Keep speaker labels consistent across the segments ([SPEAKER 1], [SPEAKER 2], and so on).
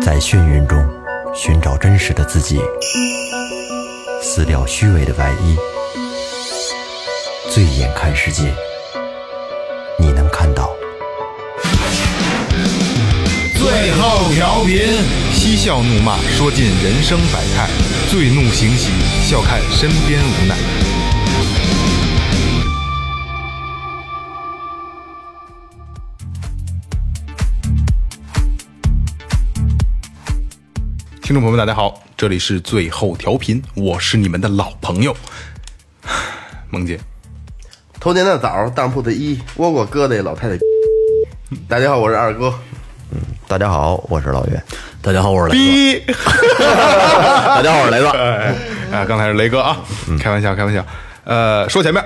[SPEAKER 1] 在眩晕中寻找真实的自己，撕掉虚伪的外衣，醉眼看世界，你能看到。
[SPEAKER 2] 最后调频，
[SPEAKER 3] 嬉笑怒骂，说尽人生百态；醉怒行喜，笑看身边无奈。听众朋友们，大家好，这里是最后调频，我是你们的老朋友 萌姐。
[SPEAKER 4] 头年的枣，当铺的一窝瓜疙瘩，老太 太。大家好，我是二哥。
[SPEAKER 1] 大家好，我是老岳。
[SPEAKER 5] 大家好，我是雷子。
[SPEAKER 3] 一
[SPEAKER 1] 大家好，我是雷子。
[SPEAKER 3] 啊，刚才是雷哥啊，开玩笑，开玩笑。呃，说前面，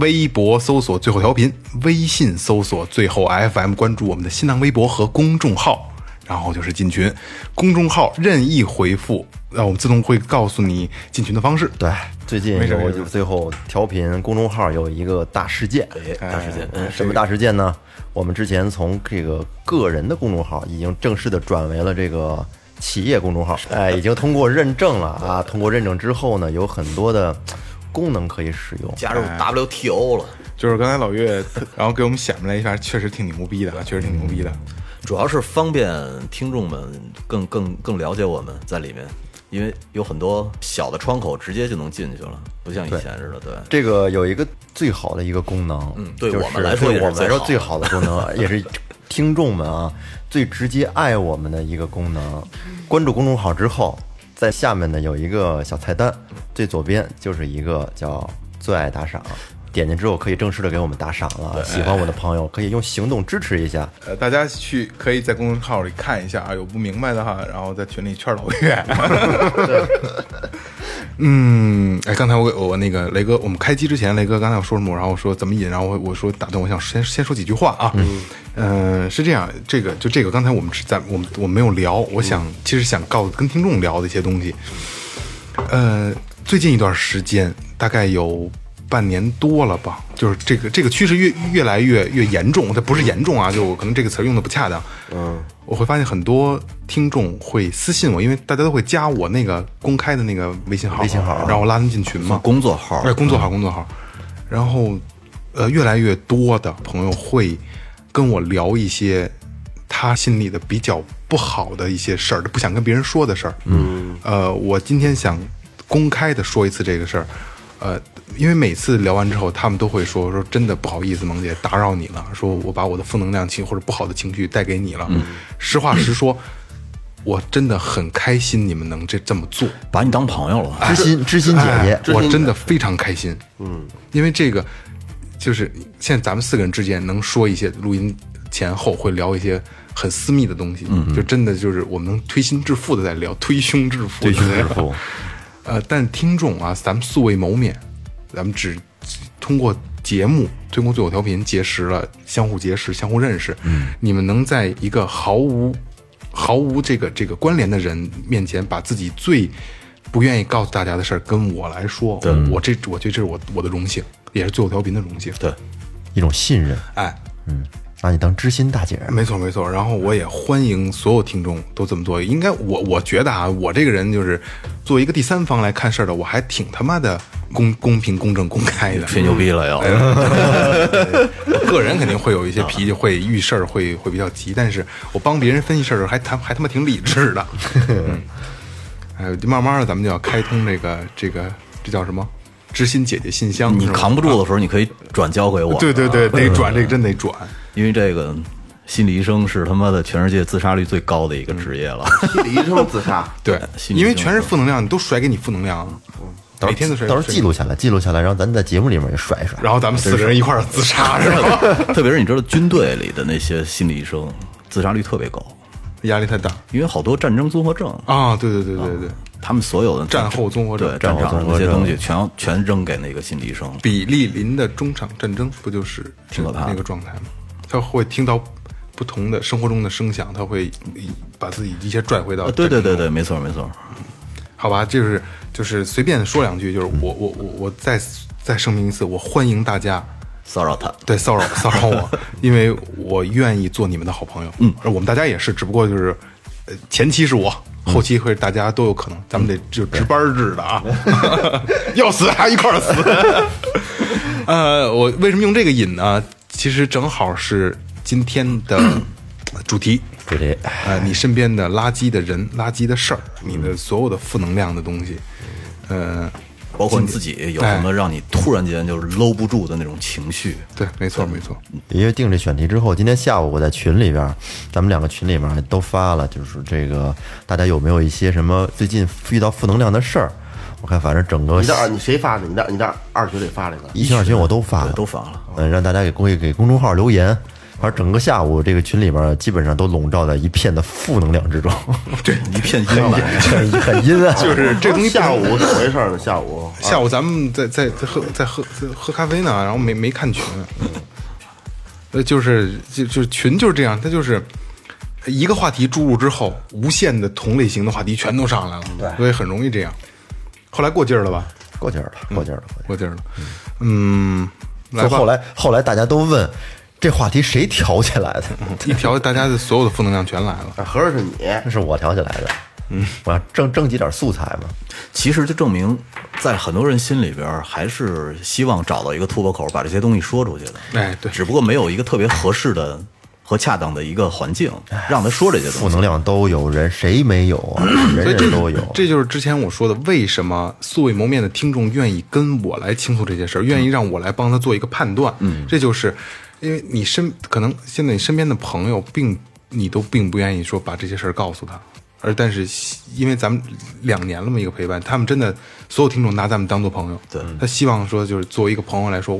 [SPEAKER 3] 微博搜索最后调频，微信搜索最后 FM，关注我们的新浪微博和公众号，然后就是进群。公众号任意回复，呃那我们自动会告诉你进群的方式。
[SPEAKER 1] 对，
[SPEAKER 6] 最近
[SPEAKER 3] 没事没
[SPEAKER 6] 有
[SPEAKER 3] 事
[SPEAKER 6] 有最后调频公众号有一个大事件，
[SPEAKER 5] 大事件，嗯，
[SPEAKER 6] 什么大事件呢？我们之前从这个个人的公众号已经正式的转为了这个企业公众号，哎，已经通过认证了啊！通过认证之后呢，有很多的功能可以使用。
[SPEAKER 5] 加
[SPEAKER 3] 哎
[SPEAKER 5] 入 WTO 了，
[SPEAKER 3] 就是刚才老岳，然后给我们显摆了一下，确实挺牛逼的啊，确实挺牛逼的。
[SPEAKER 5] 主要是方便听众们更更更了解我们在里面，因为有很多小的窗口直接就能进去了，不像以前似的，对。
[SPEAKER 6] 这个有一个最好的一个功能，
[SPEAKER 5] 嗯对
[SPEAKER 6] 就是
[SPEAKER 5] 我们来说也
[SPEAKER 6] 对
[SPEAKER 5] 是
[SPEAKER 6] 我们来说
[SPEAKER 5] 最
[SPEAKER 6] 最
[SPEAKER 5] 好
[SPEAKER 6] 好的功能，也是听众们啊最直接爱我们的一个功能。关注公众号之后，在下面呢有一个小菜单，最左边就是一个叫“最爱打赏”，点进之后可以正式的给我们打赏了。喜欢我的朋友可以用行动支持一下。
[SPEAKER 3] 呃，大家去可以在公众号里看一下啊，有不明白的哈，然后在群里劝老岳。嗯，哎，刚才我给我那个雷哥，我们开机之前，雷哥刚才我说什么？然后我说怎么引，然后我我说打断，我想先先说几句话啊。嗯，呃，是这样，这个就这个，刚才我们是在我们我们没有聊，我想、其实想告跟听众聊的一些东西。呃，最近一段时间，大概有半年多了吧，就是这个这个趋势越越来越越严重，它不是严重啊，就我可能这个词儿用的不恰当。嗯，我会发现很多听众会私信我，因为大家都会加我那个公开的那个微信号，微信号，然后我拉他们进群嘛。
[SPEAKER 5] 工作号
[SPEAKER 3] 哎，工作号，工作号。然后，呃，越来越多的朋友会跟我聊一些他心里的比较不好的一些事儿，不想跟别人说的事儿。嗯，呃，我今天想公开的说一次这个事儿。呃，因为每次聊完之后，他们都会说说真的不好意思，萌姐打扰你了，说我把我的负能量情或者不好的情绪带给你了。实话实说，我真的很开心你们能这这么做。
[SPEAKER 5] 把你当朋友了，
[SPEAKER 6] 知心知心姐姐
[SPEAKER 3] 哎，我真的非常开心。嗯，因为这个就是现在咱们四个人之间能说一些录音前后会聊一些很私密的东西，就真的就是我们能推心置腹的在聊，推胸置腹，推胸置 腹。呃，但听众啊，咱们素未谋面，咱们只只通过节目通过最后调频结识了，相互结识，相互认识。嗯，你们能在一个毫无毫无这个这个关联的人面前，把自己最不愿意告诉大家的事儿跟我来说，我这我觉得这是我我的荣幸，也是最后调频的荣幸。对，
[SPEAKER 6] 一种信任，
[SPEAKER 3] 哎，
[SPEAKER 6] 把你当知心大姐。
[SPEAKER 3] 没错没错，然后我也欢迎所有听众都这么做。应该我我觉得啊，我这个人就是作为一个第三方来看事儿的，我还挺他妈的公公平、公正、公开的。
[SPEAKER 5] 吹牛逼了又。
[SPEAKER 3] 哎我个人肯定会有一些脾气，会遇事儿会会比较急，但是我帮别人分析事儿的时候还他还他妈挺理智 的。嗯，哎，慢慢的咱们就要开通这个这个这叫什么？知心姐姐信箱，
[SPEAKER 5] 你
[SPEAKER 3] 是吗
[SPEAKER 5] 扛不住的时候，你可以转交给我。
[SPEAKER 3] 对对对，得转，这个真得转。
[SPEAKER 5] 因为这个心理医生是他妈的全世界自杀率最高的一个职业了。
[SPEAKER 4] 心理医生自杀，
[SPEAKER 3] 对，
[SPEAKER 5] 心理
[SPEAKER 3] 因为
[SPEAKER 5] 医生
[SPEAKER 3] 全是负能量，你都甩给你负能量，每天都甩。
[SPEAKER 6] 到时候
[SPEAKER 3] 甩
[SPEAKER 6] 记录下来，记录下来，然后咱在节目里面也甩一甩。
[SPEAKER 3] 然后咱们四个人一块儿自杀 是吧？
[SPEAKER 5] 特别是你知道军队里的那些心理医生，自杀率特别高，
[SPEAKER 3] 压力太大
[SPEAKER 5] 因为好多战争综合症，
[SPEAKER 3] 啊！对对对对对，
[SPEAKER 5] 他们所有的
[SPEAKER 3] 战后综合症
[SPEAKER 5] 对
[SPEAKER 3] 战
[SPEAKER 5] 战
[SPEAKER 3] 后
[SPEAKER 5] 场上
[SPEAKER 6] 综合
[SPEAKER 5] 那些
[SPEAKER 6] 症
[SPEAKER 5] 东西全全扔给那个心理医生。
[SPEAKER 3] 比利林的中场战争不就是
[SPEAKER 5] 挺可怕的
[SPEAKER 3] 那个状态吗？他会听到不同的生活中的声响，他会把自己一些拽回到、
[SPEAKER 5] 啊，对对对对，，没错没错，
[SPEAKER 3] 好吧，就是就是随便说两句，就是我我我我再再声明一次，我欢迎大家。
[SPEAKER 5] 骚扰他。
[SPEAKER 3] 对，骚扰 骚扰我，因为我愿意做你们的好朋友。嗯，而我们大家也是，只不过就是呃呃前期是我，后期会大家都有可能，咱们得就值班制的啊， 要死还一块儿死。 呃，我为什么用这个引呢？其实正好是今天的嗯主题。
[SPEAKER 6] 对对，
[SPEAKER 3] 呃，你身边的垃圾的人、垃圾的事儿，你的所有的负能量的东西，呃，
[SPEAKER 5] 包括你自己有什么让你突然间就是搂不住的那种情绪，
[SPEAKER 3] 对，没错，没错，
[SPEAKER 6] 因为定这选题之后，今天下午我在群里边儿，咱们两个群里面还都发了，就是这个大家有没有一些什么最近遇到负能量的事儿？我看反正整个
[SPEAKER 4] 你到你谁发的？你到你到二群里发了一个，
[SPEAKER 6] 一群二群我都发了，
[SPEAKER 5] 对都发 了。
[SPEAKER 6] 嗯，让大家给公会给公众号留言。反正整个下午，这个群里边儿基本上都笼罩在一片的负能量之 中，
[SPEAKER 5] 一片阴 霾。
[SPEAKER 6] 很很阴暗。
[SPEAKER 3] 就是这东西
[SPEAKER 4] 下午怎么回事呢？下午啊
[SPEAKER 3] 下午咱们在在在喝在喝在喝咖啡呢，然后没没看群，呃，就是就就群就是这样，它就是一个话题注入之后，无限的同类型的话题全都上来了，对，所以很容易这样。后来过劲儿了吧？
[SPEAKER 6] 过劲儿了，过劲儿了，过劲儿了。
[SPEAKER 3] 过劲儿了，嗯，来
[SPEAKER 6] 就
[SPEAKER 3] 吧
[SPEAKER 6] 后。来后来大家都问，这话题谁挑起来的？
[SPEAKER 3] 一条大家的所有的负能量全来了，
[SPEAKER 4] 啊，合着是你，
[SPEAKER 6] 那是我挑起来的。嗯，我要征征集点素材嘛。
[SPEAKER 5] 其实就证明，在很多人心里边儿还是希望找到一个突破口，把这些东西说出去的。
[SPEAKER 3] 哎对
[SPEAKER 5] 只不过没有一个特别合适的和恰当的一个环境让他说这些
[SPEAKER 6] 负
[SPEAKER 5] 东西。
[SPEAKER 6] 能量都有人，谁没有啊？人人都有。
[SPEAKER 3] 这就是之前我说的，为什么素未谋面的听众愿意跟我来倾诉这些事儿，愿意让我来帮他做一个判断。嗯，这就是因为你身可能现在你身边的朋友并你都并不愿意说把这些事儿告诉他，而但是因为咱们两年了嘛一个陪伴，他们真的所有听众拿咱们当做朋友，对他希望说就是作为一个朋友来说，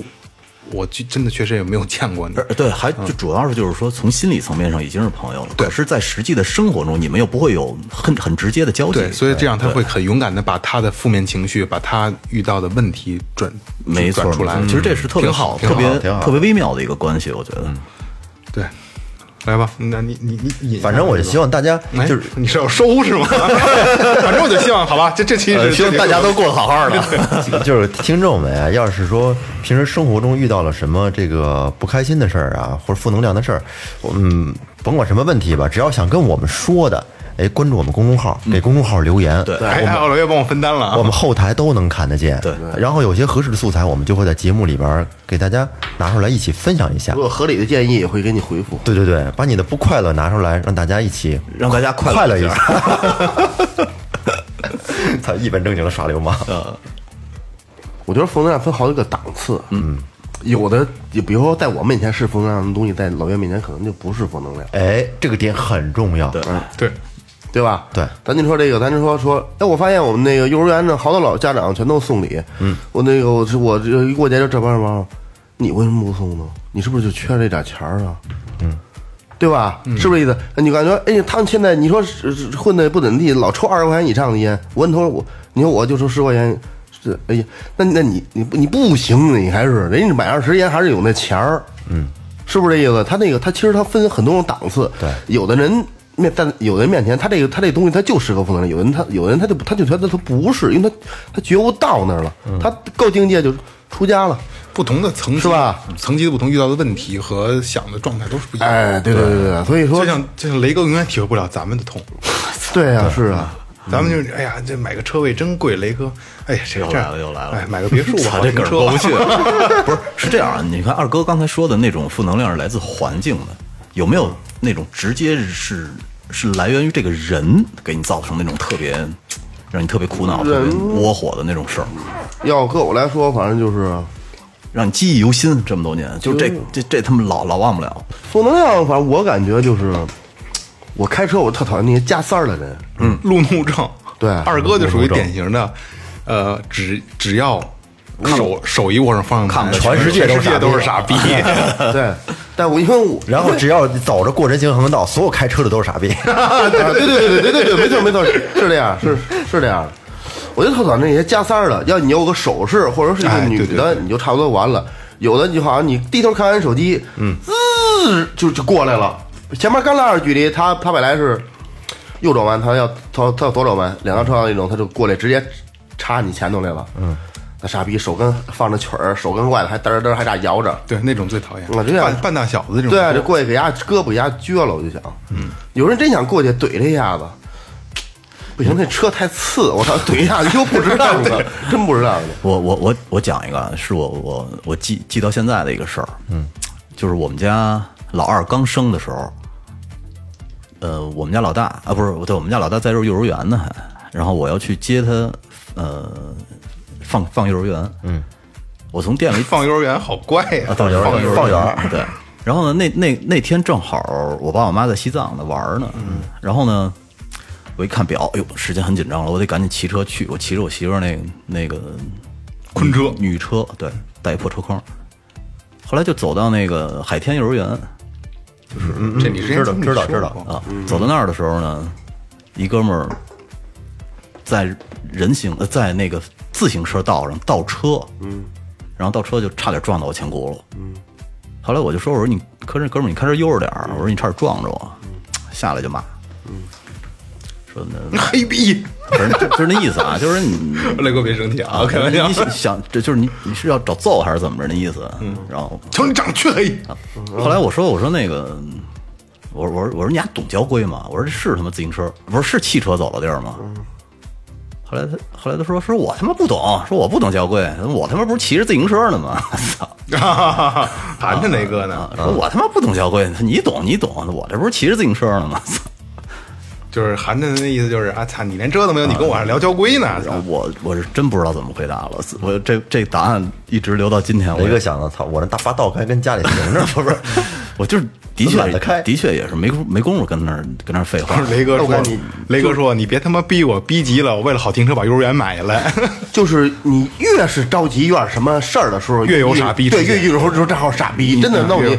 [SPEAKER 3] 我就真的确实也没有见过你
[SPEAKER 5] 而。呃对，还就主要是就是说，从心理层面上已经是朋友了，
[SPEAKER 3] 嗯对
[SPEAKER 5] 可是，在实际的生活中，你们又不会有很很直接的交集，
[SPEAKER 3] 对，所以这样
[SPEAKER 5] 呃
[SPEAKER 3] 他会很勇敢的把他的负面情绪，把他遇到的问题转
[SPEAKER 5] 没错
[SPEAKER 3] 转出来
[SPEAKER 5] 没。错其实这是特别
[SPEAKER 3] 挺好，
[SPEAKER 5] 特别
[SPEAKER 3] 挺好嗯
[SPEAKER 5] 特别微妙的一个关系，我觉得。
[SPEAKER 3] 对，来吧，那你你你引，
[SPEAKER 6] 反正我就希望大家
[SPEAKER 3] 哎。
[SPEAKER 6] 就是。
[SPEAKER 3] 你是要收是吗？ 反正我就希望，好吧，这这期
[SPEAKER 6] 呃
[SPEAKER 3] 是
[SPEAKER 6] 希望大家都过得好好
[SPEAKER 3] 的。
[SPEAKER 6] 的，就是听众们啊，要是说平时生活中遇到了什么这个不开心的事儿啊，或者负能量的事儿，我嗯，甭管什么问题吧，只要想跟我们说的，哎，关注我们公众号，给公众号留言，对
[SPEAKER 3] 哎，哎老刘要帮我分担了啊
[SPEAKER 6] 我！们后台都能看得见。
[SPEAKER 5] 对，
[SPEAKER 6] 然后有些合适的素材，我们就会在节目里边儿给大家拿出来一起分享一下
[SPEAKER 4] 如。果合理的建议也会给你回复。
[SPEAKER 6] 对对对，把你的不快乐拿出来，让大家一起
[SPEAKER 5] 让大家快
[SPEAKER 6] 快乐
[SPEAKER 5] 一
[SPEAKER 6] 一
[SPEAKER 5] 下。
[SPEAKER 6] 下。 操，一本正经的耍流氓。
[SPEAKER 5] 嗯
[SPEAKER 4] 我觉得负能量分好几个档次，嗯，有的也比如说在我面前是负能量的东西，在老岳面前可能就不是负能量，
[SPEAKER 6] 哎，这个点很重要。对，
[SPEAKER 3] 对，
[SPEAKER 4] 对吧？
[SPEAKER 6] 对
[SPEAKER 4] 咱就说这个，咱就说说，哎，我发现我们那个幼儿园的好多老家长全都送礼，嗯，我那个我这我这一过节就这帮那帮，你为什么不送呢？你是不是就缺这点钱儿啊？嗯。对吧？是不是意思？你感觉，哎，他们现在你说是是混的不怎么地，老抽二十块钱以上的烟。我你说我，你说我就抽十块钱，是哎呀，那那你你不你不行，你还是人家买二十烟还是有那钱儿，嗯，是不是这意思？他那个他其实他分很多种档次，对，有的人面在有的人面前，他这个他这东西他就是个负能量，有人他有人他就他就觉得他不是，因为他他觉悟到那儿了，他够境界就出家了，
[SPEAKER 3] 不同的层级
[SPEAKER 4] 是吧？
[SPEAKER 3] 层级的不同，遇到的问题和想的状态都是不一样的。
[SPEAKER 4] 哎，对对对对，所以说
[SPEAKER 3] 就像就像雷哥永远体会不了咱们的痛，
[SPEAKER 4] 对啊，是啊，
[SPEAKER 3] 咱们就是哎呀，这买个车位真贵，雷哥，哎呀，这
[SPEAKER 5] 嗯又
[SPEAKER 3] 这
[SPEAKER 5] 来了又来了
[SPEAKER 3] 哎，买个别墅吧，
[SPEAKER 5] 操这
[SPEAKER 3] 停
[SPEAKER 5] 梗儿
[SPEAKER 3] 车
[SPEAKER 5] 过
[SPEAKER 3] 吧
[SPEAKER 5] 不去。 不是，是这样啊，你看二哥刚才说的那种负能量是来自环境的，有没有那种直接是是来源于这个人给你造成那种特别让你特别苦恼、特别窝火的那种事儿，
[SPEAKER 4] 要搁我来说，反正就是
[SPEAKER 5] 让你记忆犹新这么多年？就这这这他妈老老忘不了。
[SPEAKER 4] 负能量，反正我感觉就是，我开车我特讨厌那些加塞儿的人，
[SPEAKER 3] 嗯，路怒症。
[SPEAKER 4] 对
[SPEAKER 3] 二哥就属于典型的，呃，只只要手手一握上方向
[SPEAKER 5] 看
[SPEAKER 3] 盘，
[SPEAKER 5] 不
[SPEAKER 3] 全
[SPEAKER 5] 全
[SPEAKER 3] 世
[SPEAKER 5] 世
[SPEAKER 3] 界
[SPEAKER 5] 界
[SPEAKER 3] 都
[SPEAKER 5] 都
[SPEAKER 3] 是
[SPEAKER 5] 是
[SPEAKER 3] 傻
[SPEAKER 5] 傻
[SPEAKER 3] 逼。
[SPEAKER 4] 对，但我因为我
[SPEAKER 6] 然后只要走着过人行横道，所有开车的都是傻逼。
[SPEAKER 4] 啊，对对对对对对对，没错没错，是这样，是是这样的。我就特讨厌那些加塞儿的，要你有个手势或者是一个
[SPEAKER 3] 哎
[SPEAKER 4] 女
[SPEAKER 3] 对
[SPEAKER 4] 的，
[SPEAKER 3] 对对
[SPEAKER 4] 你就差不多完了。有的你好像你低头看完手机，嗯，滋就就过来了。前面刚拉上距离，他他本来是右转弯，他要他他要左转弯，两辆车道那种，他就过来直接插你前头来了。嗯，那傻逼手跟放着曲儿，手跟拐的还嘚儿嘚儿还咋摇着，
[SPEAKER 3] 对，那种最讨厌。
[SPEAKER 4] 我这样
[SPEAKER 3] 半半大小子这种，
[SPEAKER 4] 对啊，这过去给伢胳膊给伢撅了，我就想，嗯，有人真想过去怼他一下子，不行，这车太次，我操，怼一下子又不值当的，真不值当的。
[SPEAKER 5] 我我我我讲一个，啊，是我我我记记到现在的一个事儿，嗯，就是我们家老二刚生的时候，呃，我们家老大啊，不是，对，我们家老大在幼幼儿园呢，还，然后我要去接他，呃，放放幼儿园，嗯，我从店 里
[SPEAKER 3] 放幼儿园好怪呀、
[SPEAKER 5] 啊，放园
[SPEAKER 3] 放
[SPEAKER 5] 园
[SPEAKER 3] 园
[SPEAKER 5] 放园，对。然后呢，那那那天正好我爸我妈在西藏呢玩儿呢，
[SPEAKER 3] 嗯
[SPEAKER 5] 然后呢，我一看表，哎呦，时间很紧张了，我得赶紧骑车去。我骑着我媳妇儿那那个
[SPEAKER 3] 昆车
[SPEAKER 5] 女车，对，带一破车筐。后来就走到那个海天幼儿园
[SPEAKER 3] 这你之前
[SPEAKER 6] 知道
[SPEAKER 3] 听你
[SPEAKER 6] 知道
[SPEAKER 3] 说
[SPEAKER 6] 知道
[SPEAKER 3] 过
[SPEAKER 5] 啊，走到那儿的时候呢，一哥们儿在人行呃在那个自行车道上倒车，嗯，然后倒车就差点撞到我前轱辘，嗯，后来我就说我说你可是哥们儿你开车悠着点儿，我说你差点撞着我，下来就骂，嗯，说那
[SPEAKER 3] 黑逼，
[SPEAKER 5] 可是就就是那意思啊，就是你
[SPEAKER 3] 雷哥别生气啊，
[SPEAKER 5] 啊，
[SPEAKER 3] 开玩笑
[SPEAKER 5] 你，想想这就是你你是要找揍还是怎么着那意思，嗯，然后
[SPEAKER 3] 瞧你长得黢黑，
[SPEAKER 5] 嗯后来我说我说那个，我说我说我说你俩懂交规吗？我说这是他妈自行车，不是是汽车走的地儿吗？
[SPEAKER 6] 嗯
[SPEAKER 5] 后来他后来他说说我他妈不懂，说我不懂交规，我他妈不是骑着自行车呢吗？ 操！
[SPEAKER 3] 盘着雷哥呢
[SPEAKER 5] 啊，说我他妈不懂交规，你懂你懂，我这不是骑着自行车呢吗？ 操！
[SPEAKER 3] 就是含着那意思就是啊，操，你连这都没有，你跟我还聊交规呢，
[SPEAKER 5] 然
[SPEAKER 3] 操
[SPEAKER 5] 后我我是真不知道怎么回答了，我这这答案一直留到今天，我
[SPEAKER 6] 雷
[SPEAKER 5] 也
[SPEAKER 6] 哥想的，操，我这大发道该跟家里停着， 不是？
[SPEAKER 5] 我就是的
[SPEAKER 6] 懒
[SPEAKER 5] 确
[SPEAKER 6] 得开
[SPEAKER 5] 的确也是没工没工夫跟那儿跟那儿废话，
[SPEAKER 3] 雷哥
[SPEAKER 4] 那
[SPEAKER 3] 说
[SPEAKER 4] 我你：“
[SPEAKER 3] 雷哥说，你别他妈逼我，逼急了，我为了好停车把幼儿园买下来。
[SPEAKER 4] 就是你越是着急越是什么事儿的时候，
[SPEAKER 3] 越有傻逼
[SPEAKER 4] 对，
[SPEAKER 3] 出现
[SPEAKER 4] 越有时候就正好傻逼，真的
[SPEAKER 3] 嗯
[SPEAKER 4] 弄
[SPEAKER 3] 越
[SPEAKER 4] 你。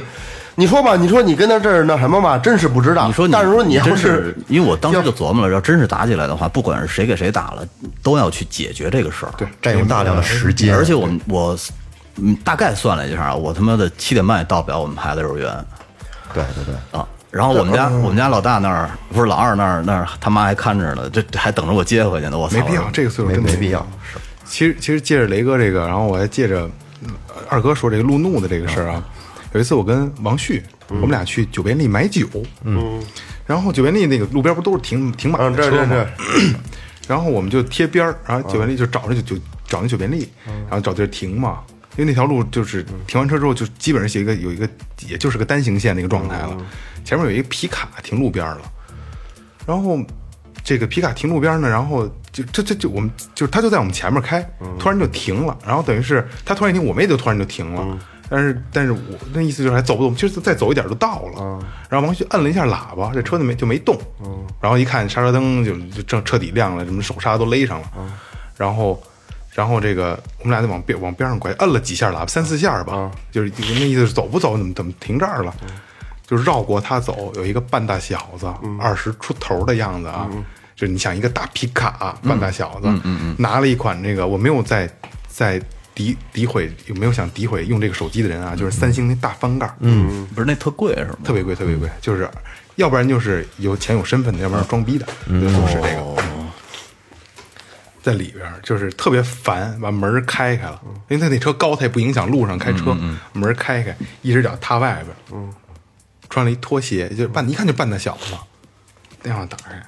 [SPEAKER 4] 你说吧，你说你跟他这儿那什么吧，真是不值当。
[SPEAKER 5] 你说你，
[SPEAKER 4] 但是说你要
[SPEAKER 5] 真
[SPEAKER 4] 是
[SPEAKER 5] 是，因为我当时就琢磨了，要真是打起来的话，不管是谁给谁打了，都要去解决这个事儿。对，
[SPEAKER 6] 占用大量的时间，
[SPEAKER 5] 而且我们我嗯大概算了一下，我他妈的七点半也到不了我们孩子幼儿园
[SPEAKER 6] 对对对，
[SPEAKER 5] 啊。然后我们家我们家老大那儿不是老二那儿那儿他妈还看着呢，这这还等着我接回去呢。我”操，
[SPEAKER 3] 没必要，这个岁数
[SPEAKER 6] 没
[SPEAKER 3] 真的
[SPEAKER 6] 没必要。
[SPEAKER 3] 其实其实借着雷哥这个，然后我还借着嗯二哥说这个路怒的这个事儿啊，
[SPEAKER 6] 嗯
[SPEAKER 3] 有一次我跟王旭，我们俩去酒便利买酒，嗯，然后酒便利那个路边不都是停停满
[SPEAKER 4] 嗯，
[SPEAKER 3] 的
[SPEAKER 4] 这
[SPEAKER 3] 车
[SPEAKER 4] 这
[SPEAKER 3] 吗
[SPEAKER 4] 这？，
[SPEAKER 3] 然后我们就贴边儿，然后酒便
[SPEAKER 6] 嗯
[SPEAKER 3] 利就找那酒酒找那酒便利，然后找地儿停嘛。因为那条路就是
[SPEAKER 6] 嗯
[SPEAKER 3] 停完车之后，就基本上是一个有一个，也就是个单行线的一个状态了。
[SPEAKER 6] 嗯
[SPEAKER 3] 前面有一个皮卡停路边儿了，然后这个皮卡停路边呢，然后就这这就我们就是他就在我们前面开，突然就停了，然后等于是他突然停，我们也就突然就停了。但是，但是我那意思就是还走不动，就是再走一点就到了。然后王旭摁了一下喇叭，这车就没就没动。然后一看刹车灯就就正彻底亮了，什么手刹都勒上了。然后，然后这个我们俩就往边往边上拐，摁了几下喇叭，三四下吧，就是就是那意思是走不走，怎么怎么停这儿了，就绕过他走，有一个半大小子，二十、出头的样子啊，就是你想一个大皮卡啊半大小子，拿了一款这个，我没有在在。诋诋毁有没有想诋毁用这个手机的人啊？就是三星那大翻盖，嗯，
[SPEAKER 5] 不是那特贵是吗？
[SPEAKER 3] 特别贵，特别贵，就是要不然就是有钱有身份的，要不然装逼的，就是这个。在里边儿就是特别烦，把门儿开开了，因为他那车高，他也不影响路上开车，门儿开开，一只脚踏外边儿，穿了一拖鞋，就是半一看就半大小子，那样打开，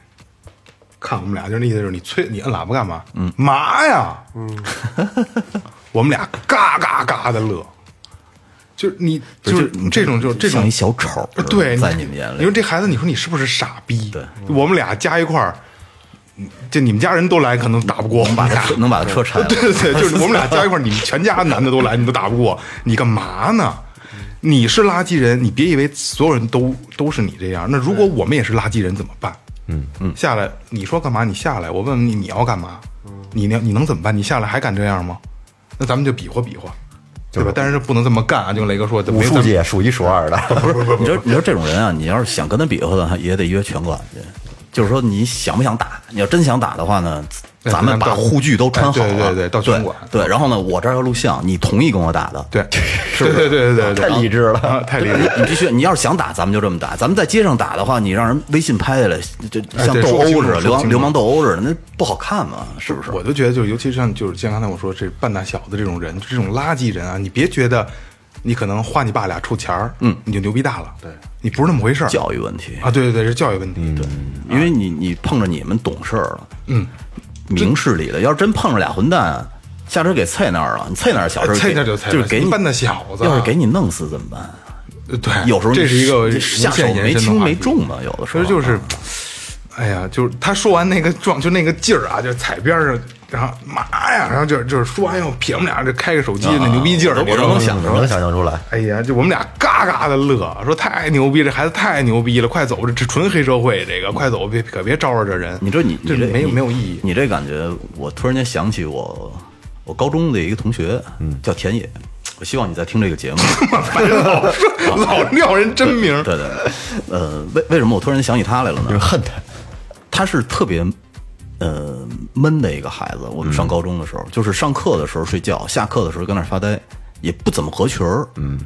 [SPEAKER 3] 看我们俩，就是那意思就是你催你摁喇叭干嘛？嗯，嘛呀？嗯，我们俩嘎嘎嘎的乐，就是你就是
[SPEAKER 5] 你
[SPEAKER 3] 这种就是这种呃
[SPEAKER 5] 像一小丑似的，
[SPEAKER 3] 对，
[SPEAKER 5] 在你们眼
[SPEAKER 3] 你
[SPEAKER 5] 里
[SPEAKER 3] 说，这孩子，你说你是不是傻逼？
[SPEAKER 5] 对，
[SPEAKER 3] 我们俩加一块儿，就你们家人都来，可能打不过我们俩。
[SPEAKER 5] 能把他车拆了。
[SPEAKER 3] 对对，对，就是我们俩加一块儿，你们全家男的都来，你都打不过，你干嘛呢？你是垃圾人，你别以为所有人都都是你这样。那如果我们也是垃圾人怎么办？嗯嗯，下来你说干嘛？你下来，我问问你你要干嘛？
[SPEAKER 6] 嗯
[SPEAKER 3] 你能你能怎么办？你下来还敢这样吗？那咱们就比划比划，对吧？但是不能这么干啊！就跟雷哥说，
[SPEAKER 6] 武
[SPEAKER 3] 武
[SPEAKER 6] 术界数一数二的，
[SPEAKER 5] 不是，你说你说这种人啊，你要是想跟他比划的，也得约拳馆去。就是说，你想不想打？你要真想打的话呢，
[SPEAKER 3] 哎
[SPEAKER 5] 咱们把
[SPEAKER 3] 咱们到
[SPEAKER 5] 护具都穿好了，
[SPEAKER 3] 哎对对对到拳馆
[SPEAKER 5] 对，然后呢，我这儿要录像，你同意跟我打的，
[SPEAKER 3] 对， 对对对对对，
[SPEAKER 6] 太理智了
[SPEAKER 3] 啊太理
[SPEAKER 5] 对
[SPEAKER 3] 智
[SPEAKER 5] 你
[SPEAKER 3] 了。
[SPEAKER 5] 你必须，你要是想打，咱们就这么打。咱们在街上打的话，你让人微信拍下来，这这
[SPEAKER 3] 哎
[SPEAKER 5] 像
[SPEAKER 3] 对
[SPEAKER 5] 斗
[SPEAKER 3] 说
[SPEAKER 5] 殴
[SPEAKER 3] 清
[SPEAKER 5] 似
[SPEAKER 3] 楚说
[SPEAKER 5] 的，流氓
[SPEAKER 3] 清
[SPEAKER 5] 流
[SPEAKER 3] 楚
[SPEAKER 5] 氓斗殴似的，那不好看嘛，是不是？
[SPEAKER 3] 我就觉得，就是尤其像就是像刚才我说这半大小子这种人，就这种垃圾人啊，你别觉得你可能花你爸俩臭钱儿，嗯，你就牛逼大了，对你不是那么回事儿
[SPEAKER 5] 教育嗯问题，
[SPEAKER 3] 啊，对对对，是教育问题，对，
[SPEAKER 5] 因为你你碰着你们懂事儿了，嗯，明事理的。要是真碰着俩混蛋，下车给菜那儿了，你菜那儿小事儿给，
[SPEAKER 3] 菜那儿就菜那儿
[SPEAKER 5] 是给你
[SPEAKER 3] 你半大小子
[SPEAKER 5] 要是给你弄死怎么办？
[SPEAKER 3] 呃对，
[SPEAKER 5] 有时候你
[SPEAKER 3] 这是一个
[SPEAKER 5] 这
[SPEAKER 3] 无
[SPEAKER 5] 下手
[SPEAKER 3] 限延
[SPEAKER 5] 没
[SPEAKER 3] 伸的
[SPEAKER 5] 轻
[SPEAKER 3] 话
[SPEAKER 5] 没
[SPEAKER 3] 题
[SPEAKER 5] 重吧有的时候
[SPEAKER 3] 其实就是，哎呀，就是他说完那个状，就那个劲儿啊，就踩边上，然后妈呀，然后就就是说完以后撇我们俩就开个手机那牛逼劲儿，
[SPEAKER 5] 啊我都
[SPEAKER 3] 你知道
[SPEAKER 5] 我都
[SPEAKER 3] 吗
[SPEAKER 5] 能想出来
[SPEAKER 6] 能想象出来。
[SPEAKER 3] 哎呀，就我们俩嘎嘎的乐，说太牛逼，这孩子太牛逼了，快走，这这纯黑社会，这个快走，别可别招惹这人。
[SPEAKER 5] 嗯你这你
[SPEAKER 3] 这
[SPEAKER 5] 你这
[SPEAKER 3] 没有
[SPEAKER 5] 你
[SPEAKER 3] 没有意 义。
[SPEAKER 5] 你这感觉，我突然间想起我我高中的一个同学，嗯，叫田野。我希望你在听这个节 目。
[SPEAKER 3] 老说老撂人真名，
[SPEAKER 5] 对对，对呃，为为什么我突然想起他来了呢？
[SPEAKER 6] 恨他，
[SPEAKER 5] 他是特别呃闷的一个孩子。我们上高中的时候，就是上课的时候睡觉，下课的时候跟那儿发呆，也不怎么合群儿，嗯，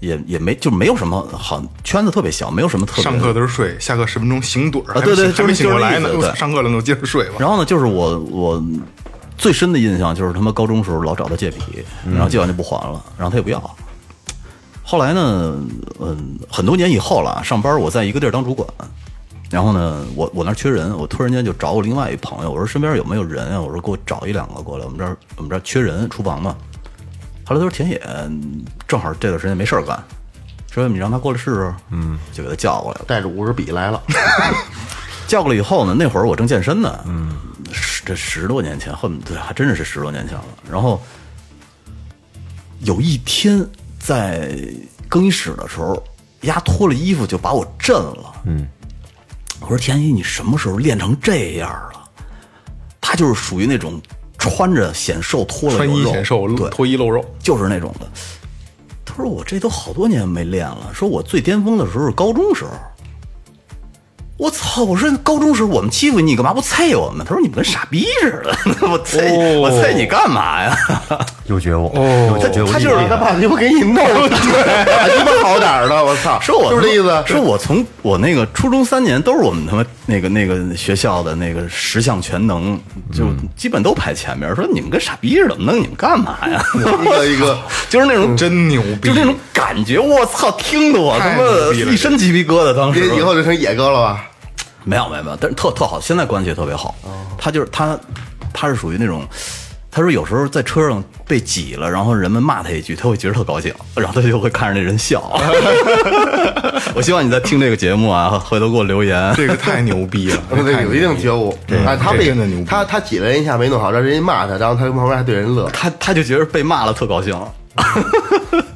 [SPEAKER 5] 也也没就没有什么好圈子特别小，没有什么特别
[SPEAKER 3] 上课的时候睡，下课十分钟醒盹儿，
[SPEAKER 5] 啊对对
[SPEAKER 3] 还没醒
[SPEAKER 5] 就是
[SPEAKER 3] 还没醒过来呢
[SPEAKER 5] 就是那意思。对
[SPEAKER 3] 上课了，那我接着睡吧。
[SPEAKER 5] 然后呢，就是我我最深的印象就是他妈高中时候老找他借笔，然后借完就不还了，然后他也不要。后来呢，嗯，很多年以后了，上班我在一个地儿当主管，然后呢，我我那儿缺人，我突然间就找我另外一朋友，我说身边有没有人啊？我说给我找一两个过来，我们这儿我们这儿缺人，厨房嘛。后来他说田野正好这段时间没事儿干，说你让他过来试试，嗯，就给他叫过来了。
[SPEAKER 4] 带着五十笔来了，
[SPEAKER 5] 叫过来以后呢，那会儿我正健身呢，嗯，这十多年前，恨不得还真是十多年前了。然后有一天在更衣室的时候，丫脱了衣服就把我震了，嗯，我说田一，你什么时候练成这样了？他就是属于那种穿着显瘦脱了
[SPEAKER 3] 穿
[SPEAKER 5] 有
[SPEAKER 3] 衣
[SPEAKER 5] 肉
[SPEAKER 3] 显瘦，
[SPEAKER 5] 对，
[SPEAKER 3] 脱衣露肉，
[SPEAKER 5] 就是那种的。他说我这都好多年没练了，说我最巅峰的时候是高中时候。我操！我说高中时候我们欺负你干嘛不啐我们？他说你们跟傻逼似的， 我啐、
[SPEAKER 3] 哦
[SPEAKER 5] 我啐你干嘛 呀？
[SPEAKER 6] 有觉悟，
[SPEAKER 3] 哦
[SPEAKER 6] 有觉悟，
[SPEAKER 4] 他啊就是他爸，你不给你弄，对，鸡巴好点儿的，我操，
[SPEAKER 5] 说我
[SPEAKER 4] 就是这意思，
[SPEAKER 5] 说我从我那个初中三年都是我们他妈那个那个学校的那个十项全能，就基本都排前面。说你们跟傻逼似的，弄你们干嘛 呀？
[SPEAKER 4] 一个 一个，
[SPEAKER 5] 就是那种
[SPEAKER 3] 嗯真牛逼！
[SPEAKER 5] 就那种感觉，我操，听得我他
[SPEAKER 3] 太
[SPEAKER 5] 妈
[SPEAKER 3] 牛逼了
[SPEAKER 5] 一身鸡皮疙瘩。当时
[SPEAKER 4] 你以后就成野哥了吧？
[SPEAKER 5] 没有没有没有，但是特特好，现在关系也特别好。
[SPEAKER 3] 哦
[SPEAKER 5] 他就是他，他是属于那种，他说有时候在车上被挤了，然后人们骂他一句，他会觉得特高兴，然后他就会看着那人笑。 我希望你在听这个节目啊，回头给我留言。
[SPEAKER 3] 这个太牛逼 了，
[SPEAKER 4] 对，有一定觉悟。哎，他
[SPEAKER 3] 这
[SPEAKER 4] 被
[SPEAKER 3] 真的牛逼
[SPEAKER 4] 他他挤了人一下没弄好，让人家骂他，然后他旁边还对人乐，
[SPEAKER 5] 他他就觉得被骂了特高兴， 啊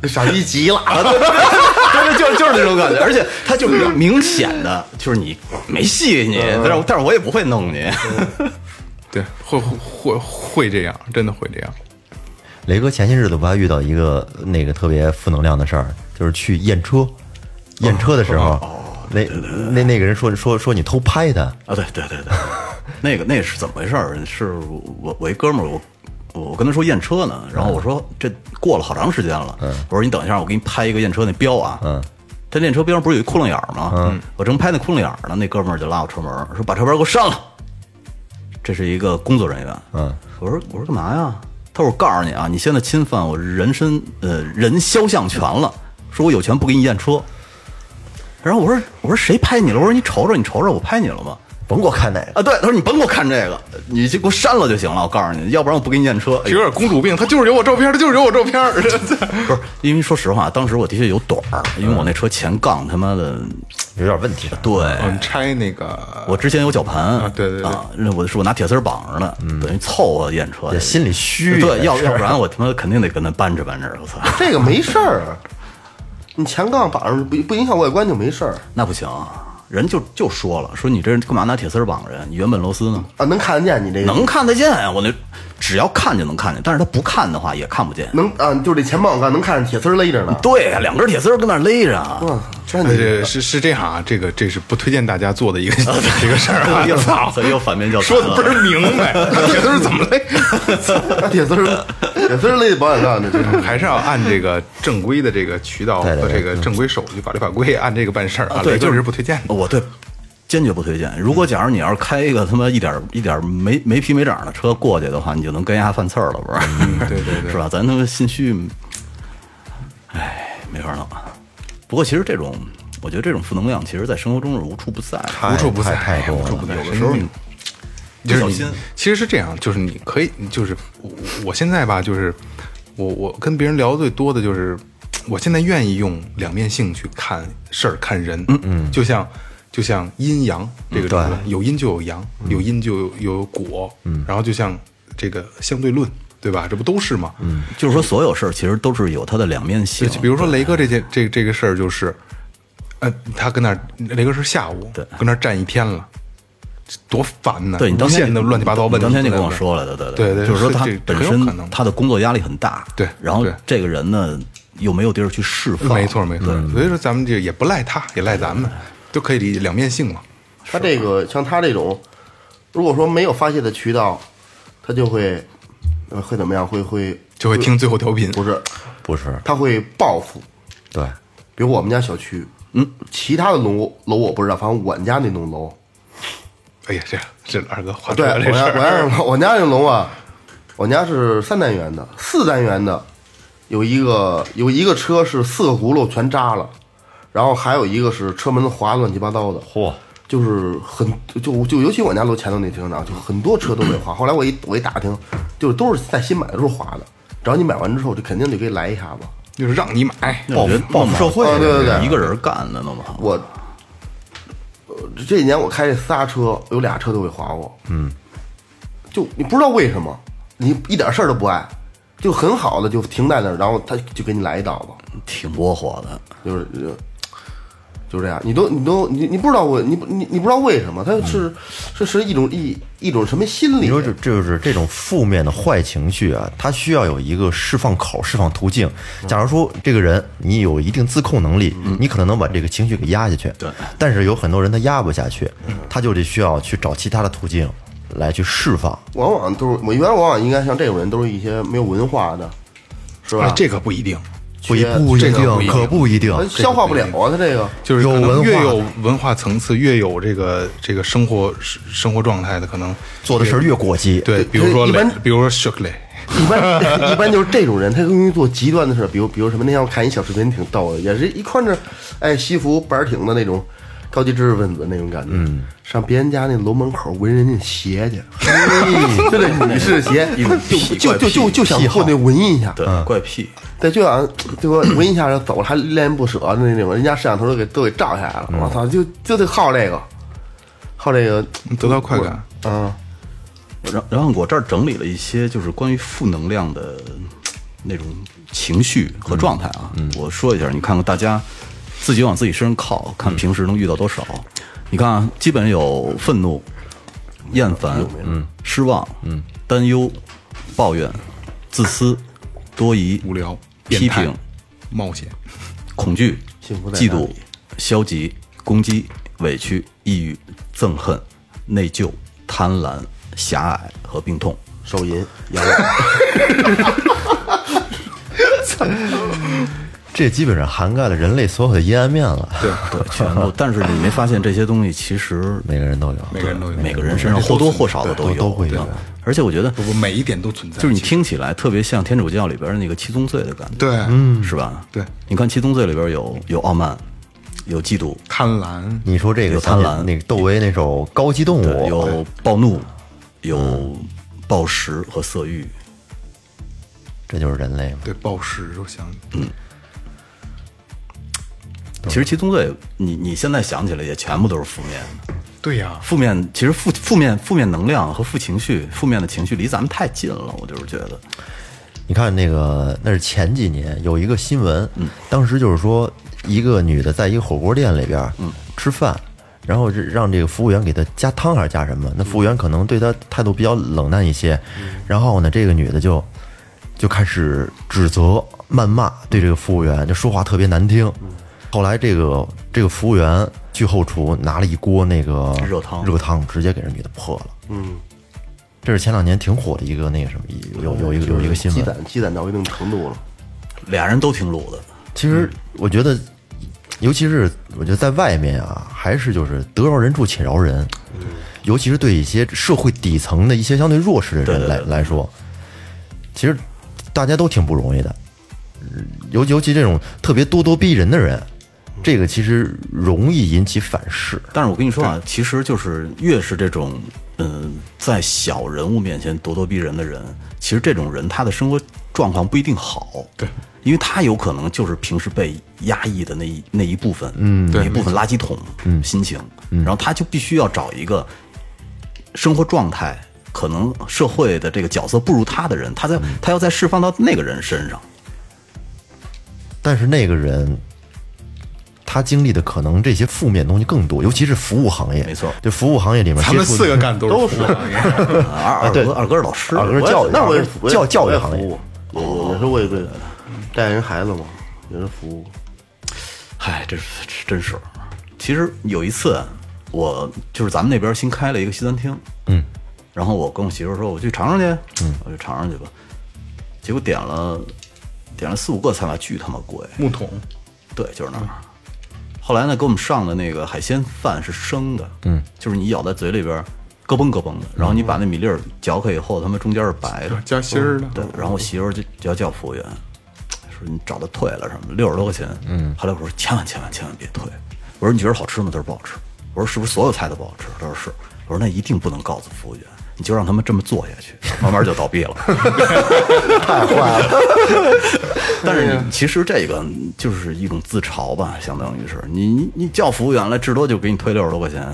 [SPEAKER 4] 傻逼急了。
[SPEAKER 5] 就是就是就是那种感觉，而且他就是明显的，就是你没戏你，
[SPEAKER 4] 嗯
[SPEAKER 5] 但是但是我也不会弄你。
[SPEAKER 3] 对，会会会这样，真的会这样。
[SPEAKER 6] 雷哥前些日子不还遇到一个那个特别负能量的事儿，就是去验车，验车的时候，
[SPEAKER 5] 哦
[SPEAKER 6] 那那那个人说说说你偷拍他，
[SPEAKER 5] 啊，对对对 对，那个那是怎么回事儿？是我我一哥们儿，我我跟他说验车呢，然后我说这过了好长时间了，我说你等一下，我给你拍一个验车那标啊，嗯，他验车标上不是有一窟窿眼儿吗？嗯，我正拍那窟窿眼儿呢，那哥们儿就拉我车门儿说把车牌给我删了，这是一个工作人员，嗯，我说我说干嘛呀？他说我告诉你啊，你现在侵犯我人身呃人肖像权了，说我有权不给你验车。然后我说我说谁拍你了？我说你瞅瞅你瞅瞅我拍你了吗？
[SPEAKER 6] 甭给我看哪个，
[SPEAKER 5] 啊，对，他说你甭给我看这个，你就给我删了就行了。我告诉你，要不然我不给你验车。哎
[SPEAKER 3] 有点公主病，他就是有我照片，他就是有我照片。
[SPEAKER 5] 不是，因为说实话，当时我的确有短儿，因为我那车前杠他妈的，
[SPEAKER 6] 有点问题。
[SPEAKER 5] 对
[SPEAKER 3] 我们拆那个，
[SPEAKER 5] 我之前有绞盘啊
[SPEAKER 3] 对对对
[SPEAKER 5] 那我是我拿铁丝绑着呢，等于凑合验车去，
[SPEAKER 6] 也心里虚
[SPEAKER 5] 对，
[SPEAKER 6] 也
[SPEAKER 5] 要要不然我他妈肯定得跟他扳扯扳扯。我操，
[SPEAKER 4] 这啊个没事儿，你前杠绑上不不影响外观就没事儿。
[SPEAKER 5] 那不行。啊人就就说了，说你这人干嘛拿铁丝儿绑人？你原本螺丝呢？
[SPEAKER 4] 啊，能看得见你这个
[SPEAKER 5] 能看得见啊，我那只要看就能看见，但是他不看的话也看不见。
[SPEAKER 4] 能啊，就是这前膀盖能看着铁丝勒着呢。
[SPEAKER 5] 对呀，两根铁丝儿跟那儿勒着啊，
[SPEAKER 4] 哇，这
[SPEAKER 3] 而
[SPEAKER 4] 你
[SPEAKER 3] 且是是这样啊，这个这是不推荐大家做的一个一个事儿 啊！
[SPEAKER 5] 又
[SPEAKER 3] 操，
[SPEAKER 5] 所以又反面教材
[SPEAKER 3] 说的
[SPEAKER 5] 了
[SPEAKER 3] 倍儿明 白，铁丝儿怎 么勒？
[SPEAKER 4] 那铁丝儿铁丝儿勒保险杠呢，这是
[SPEAKER 3] 还是要按这个正规的这个渠道和这个正规手续、法律法规按这个办事儿啊。
[SPEAKER 5] 嗯对，
[SPEAKER 3] 雷
[SPEAKER 5] 就哦
[SPEAKER 3] 确实不推荐的。嗯
[SPEAKER 5] 我对，坚决不推荐。如果假如你要是开一个他妈一点儿一点儿没没皮没掌的车过去的话，你就能跟人家犯刺儿了，不是？
[SPEAKER 3] 嗯对对对
[SPEAKER 5] 是吧？咱他妈心虚，哎，没法弄。不过其实这种，我觉得这种负能量，其实在生活中是无处不在的。
[SPEAKER 3] 无处不在，
[SPEAKER 6] 太太多
[SPEAKER 3] 无
[SPEAKER 6] 了
[SPEAKER 3] 处不在。
[SPEAKER 5] 有的时候你
[SPEAKER 3] 就是
[SPEAKER 5] 不小
[SPEAKER 3] 你
[SPEAKER 5] 心，
[SPEAKER 3] 其实是这样，就是你可以，就是我我现在吧，就是我我跟别人聊最多的就是，我现在愿意用两面性去看事儿、看人，嗯嗯，就像就像阴阳这个东西吧，有阴就有阳，有阴就有有果，嗯，然后就像这个相对论，对吧？这不都是吗？嗯，
[SPEAKER 5] 就是说，所有事儿其实都是有它的两面性
[SPEAKER 3] 对，。就比如说雷哥这件这这个事儿，就是，呃，他跟那儿雷哥是下午，
[SPEAKER 5] 对
[SPEAKER 3] 跟那儿站一天了，这多烦呐！
[SPEAKER 5] 对你当
[SPEAKER 3] 无
[SPEAKER 5] 天
[SPEAKER 3] 限的乱七八糟问
[SPEAKER 5] 你
[SPEAKER 3] 题
[SPEAKER 5] 当天就
[SPEAKER 3] 出来
[SPEAKER 5] 跟我
[SPEAKER 3] 了
[SPEAKER 5] 说了的，对
[SPEAKER 3] 对对
[SPEAKER 5] 就是说他
[SPEAKER 3] 是这
[SPEAKER 5] 本
[SPEAKER 3] 很有可
[SPEAKER 5] 身
[SPEAKER 3] 能
[SPEAKER 5] 他的工作压力很大，
[SPEAKER 3] 对
[SPEAKER 5] 然后
[SPEAKER 3] 对
[SPEAKER 5] 这个人呢又没有地儿去释放，
[SPEAKER 3] 没错没错，
[SPEAKER 5] 嗯
[SPEAKER 3] 所以说咱们这也不赖他，也赖咱们，就可以理解两面性嘛。
[SPEAKER 4] 他这个像他这种，如果说没有发泄的渠道，他就会呃会怎么样？会会
[SPEAKER 3] 就会听最后调频，
[SPEAKER 4] 不是，
[SPEAKER 6] 不是，
[SPEAKER 4] 他会报复。
[SPEAKER 6] 对，
[SPEAKER 4] 比如我们家小区，嗯，其他的楼楼我不知道，反正我们家那栋楼，
[SPEAKER 3] 哎呀，这这二哥话
[SPEAKER 4] 对，
[SPEAKER 3] 多
[SPEAKER 4] 我
[SPEAKER 3] 了这事
[SPEAKER 4] 家我
[SPEAKER 3] 儿，
[SPEAKER 4] 家那楼我家那楼啊，我家是三单元的，四单元的有一个有一个车是四个轱辘全扎了，然后还有一个是车门划得乱七八糟的，
[SPEAKER 6] 嚯，
[SPEAKER 4] 就是很就就尤其我家楼前头那停车场，就很多车都被划。后来我一我一打听，就是都是在新买的时候划的，只要你买完之后，就肯定就给来一下子。
[SPEAKER 3] 就是让你买，
[SPEAKER 5] 那我觉得报复社会，
[SPEAKER 4] 啊对对对
[SPEAKER 5] 一个人干的弄不好。
[SPEAKER 4] 我呃这几年我开这仨车，有俩车都被划过，嗯，就你不知道为什么，你一点事儿都不碍，就很好的就停在那儿，然后他就给你来一刀子，
[SPEAKER 5] 挺窝火的，
[SPEAKER 4] 就是就就这样，你都你都你你不知道我你不你你不知道为什么，他是、是是一种一一种什么心理？
[SPEAKER 6] 你说这这就是这种负面的坏情绪啊，它需要有一个释放口、释放途径。假如说这个人你有一定自控能力，你可能能把这个情绪给压下去。
[SPEAKER 5] 嗯对
[SPEAKER 6] 但是有很多人他压不下去，他就得需要去找其他的途径来去释放。
[SPEAKER 4] 往往都是我一般往往应该像这种人都是一些没有文化的，是吧？
[SPEAKER 3] 哎这个不一定，
[SPEAKER 6] 不一
[SPEAKER 4] 缺
[SPEAKER 6] 不一
[SPEAKER 3] 这个不一
[SPEAKER 6] 定，
[SPEAKER 3] 定
[SPEAKER 6] 可不一定。
[SPEAKER 4] 他消化不了啊，他这个
[SPEAKER 3] 就是
[SPEAKER 6] 有
[SPEAKER 3] 可能
[SPEAKER 6] 文化
[SPEAKER 3] 越有文化层次，越有这个这个生活生活状态的，可能
[SPEAKER 6] 做的事儿越过激，
[SPEAKER 3] 对，比如说
[SPEAKER 4] 一
[SPEAKER 3] 雷
[SPEAKER 4] 般，
[SPEAKER 3] 比如说 s h o k l e
[SPEAKER 4] 一般一般就是这种人，他容易做极端的事，比如比如什么那天我看一小视频挺逗的，也是一穿着哎西服板挺的那种高级知识分子那种感觉，
[SPEAKER 6] 嗯
[SPEAKER 4] 上别人家那楼门口闻人家 鞋去，就那女士鞋，就就就就就想过那闻一下，
[SPEAKER 5] 对，
[SPEAKER 3] 嗯
[SPEAKER 5] 怪癖。
[SPEAKER 4] 对，就想就说闻一下就走了，还恋恋不舍的那种，人家摄像头都给都给照下来
[SPEAKER 6] 嗯
[SPEAKER 4] 了，我操，就就得好这个，好这个，
[SPEAKER 3] 得到快感。
[SPEAKER 4] 嗯。
[SPEAKER 5] 然然后我这儿整理了一些就是关于负能量的那种情绪和状态啊，我说一下，你看看大家自己往自己身上靠，看平时能遇到多少。你看啊，基本有愤怒、厌烦、嗯、失望、嗯、担忧、抱怨、自私、多疑、
[SPEAKER 3] 无聊、
[SPEAKER 5] 批
[SPEAKER 3] 变态
[SPEAKER 5] 评、
[SPEAKER 3] 冒险，
[SPEAKER 5] 恐惧、
[SPEAKER 4] 幸福在
[SPEAKER 5] 嫉
[SPEAKER 4] 哪
[SPEAKER 5] 妒
[SPEAKER 4] 里、
[SPEAKER 5] 消极、攻击、委屈、抑郁、憎恨、内疚、贪婪、狭隘和病痛。
[SPEAKER 4] 手淫，养老
[SPEAKER 6] 这基本上涵盖了人类所有的阴暗面了。
[SPEAKER 3] 对，
[SPEAKER 5] 对，全部。但是你没发现这些东西其实
[SPEAKER 6] 每个人都有，
[SPEAKER 3] 每个人都有，
[SPEAKER 5] 每个人身上或多或少的
[SPEAKER 3] 对
[SPEAKER 5] 有，
[SPEAKER 6] 都会有
[SPEAKER 5] 对而且我觉得，
[SPEAKER 3] 不不，每一点都存在。
[SPEAKER 5] 就是你听起来特别像天主教里边的那个七宗罪的感觉，
[SPEAKER 3] 对，嗯
[SPEAKER 5] 是吧？
[SPEAKER 3] 对，
[SPEAKER 5] 你看七宗罪里边有有傲慢，有嫉妒，
[SPEAKER 3] 贪婪，
[SPEAKER 6] 你说这个
[SPEAKER 5] 有贪婪
[SPEAKER 6] 那个窦唯那首《高级动物》
[SPEAKER 5] 对，有暴怒，有
[SPEAKER 3] 嗯
[SPEAKER 5] 暴食和色欲。
[SPEAKER 6] 这就是人类嘛。
[SPEAKER 3] 对暴食，我想
[SPEAKER 5] 其实七宗罪，你你现在想起来也全部都是负面的。
[SPEAKER 3] 对呀，
[SPEAKER 5] 负面其实负负面负面能量和负情绪，负面的情绪离咱们太近了，我就是觉得。
[SPEAKER 6] 你看那个，那是前几年有一个
[SPEAKER 5] 嗯嗯
[SPEAKER 6] 新闻，当时就是说一个女的在一个火锅店里边，吃饭，然后是让这个服务员给他加汤还是加什么？那服务员可能对他态度比较冷淡一些，
[SPEAKER 5] 嗯
[SPEAKER 6] 然后呢，这个女的就就开始指责、谩骂，对这个服务员就说话特别难听。
[SPEAKER 5] 嗯
[SPEAKER 6] 后来这个这个服务员去后厨拿了一锅那个
[SPEAKER 5] 热汤
[SPEAKER 6] 热汤直接给人女的泼了。嗯，这是前两年挺火的一个那个什么，有有有一个有一个新
[SPEAKER 4] 积
[SPEAKER 6] 闻。
[SPEAKER 4] 攒积攒到一定程度了，
[SPEAKER 5] 俩人都挺鲁的，
[SPEAKER 6] 其实
[SPEAKER 5] 嗯
[SPEAKER 6] 我觉得，尤其是我觉得在外面啊，还是就是得饶人处且饶人，尤其是对一些社会底层的一些相对弱势的
[SPEAKER 5] 对对
[SPEAKER 6] 人来
[SPEAKER 5] 对
[SPEAKER 6] 来说，其实大家都挺不容易的，尤尤其这种特别咄咄逼人的人，
[SPEAKER 5] 嗯
[SPEAKER 6] 这个其实容易引起反噬。
[SPEAKER 5] 但是我跟你说啊，其实就是越是这种，嗯、在小人物面前咄咄逼人的人，其实这种人他的生活状况不一定好。
[SPEAKER 3] 对。
[SPEAKER 5] 因为他有可能就是平时被压抑的那一那一部分，嗯，
[SPEAKER 3] 对
[SPEAKER 5] 一部分垃圾桶，嗯，心情，然后他就必须要找一个生活状态可能社会的这个角色不如他的人，他在他要再释放到那个人身上，
[SPEAKER 6] 但是那个人，他经历的可能这些负面东西更多，尤其是服务行业。
[SPEAKER 5] 没错
[SPEAKER 6] 就服务行业里面接
[SPEAKER 3] 咱
[SPEAKER 6] 触的，
[SPEAKER 3] 们四个干的都是服务行业，
[SPEAKER 5] 二二
[SPEAKER 6] 对
[SPEAKER 5] 哥二哥是老师，
[SPEAKER 6] 啊二哥是
[SPEAKER 4] 我也
[SPEAKER 6] 教育
[SPEAKER 4] 那我也
[SPEAKER 6] 行业
[SPEAKER 4] 我也
[SPEAKER 6] 教教育
[SPEAKER 4] 我也
[SPEAKER 6] 行业哦
[SPEAKER 4] 服务，我也是我也对带人孩子嘛，也是服务。
[SPEAKER 5] 嗨，这是这是真是。其实有一次，啊我就是咱们那边新开了一个西餐厅，嗯，然后我跟我媳妇儿说，我去尝尝去，嗯，我去尝尝去吧。结果点了点了四五个菜吧，巨他妈贵，
[SPEAKER 3] 木桶
[SPEAKER 5] 对，就是那儿。后来呢，给我们上的那个海鲜饭是生的，嗯，就是你咬在嘴里边儿咯嘣咯嘣的，然后你把那米粒儿嚼开以后，它们中间是白的，
[SPEAKER 3] 加芯儿的，
[SPEAKER 5] 对，然后我媳妇儿就就要叫服务员，说你找他退了什么，六十多块钱。嗯，后来我说千万千万千万别退。我说你觉得好吃吗？他说不好吃。我说是不是所有菜都不好吃？他说是。我说那一定不能告诉服务员，你就让他们这么做下去，慢慢就倒闭了。 但是你其实这个就是一种自嘲吧，相当于是你你你叫服务员来，至多就给你退六十多块钱，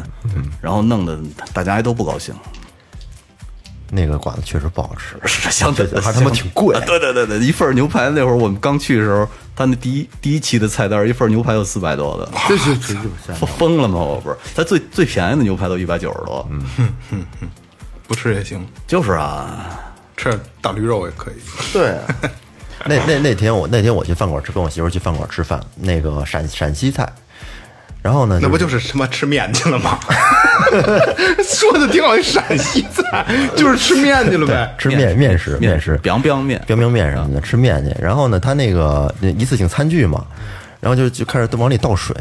[SPEAKER 5] 然后弄得大家还都不高兴，
[SPEAKER 6] 那个馆子确实不好吃。
[SPEAKER 5] 是相对
[SPEAKER 6] 还他妈挺贵
[SPEAKER 5] 啊对对对对，一份牛排那会儿我们刚去的时候，他那第一第一期的菜单，一份牛排有四百多的，
[SPEAKER 4] 这是这是
[SPEAKER 5] 疯了吗？我不是，他最最便宜的牛排都一百九十多，
[SPEAKER 3] 不吃也行，
[SPEAKER 5] 就是啊，
[SPEAKER 3] 吃点大驴肉也可以。
[SPEAKER 4] 对 啊，
[SPEAKER 6] 那那那天我那天我去饭馆吃，跟我媳妇儿去饭馆吃饭，那个陕陕西菜，然后呢，
[SPEAKER 3] 那不就是他妈吃面去了 吗？说的挺好，陕西菜就是吃面去了呗。
[SPEAKER 6] 吃面面食面食
[SPEAKER 5] ，biang biang 面，
[SPEAKER 6] 冰冰面什
[SPEAKER 5] 嗯
[SPEAKER 6] 么的吃面去，然后呢，他那个那一次性餐具嘛，然后就就开始往里倒水，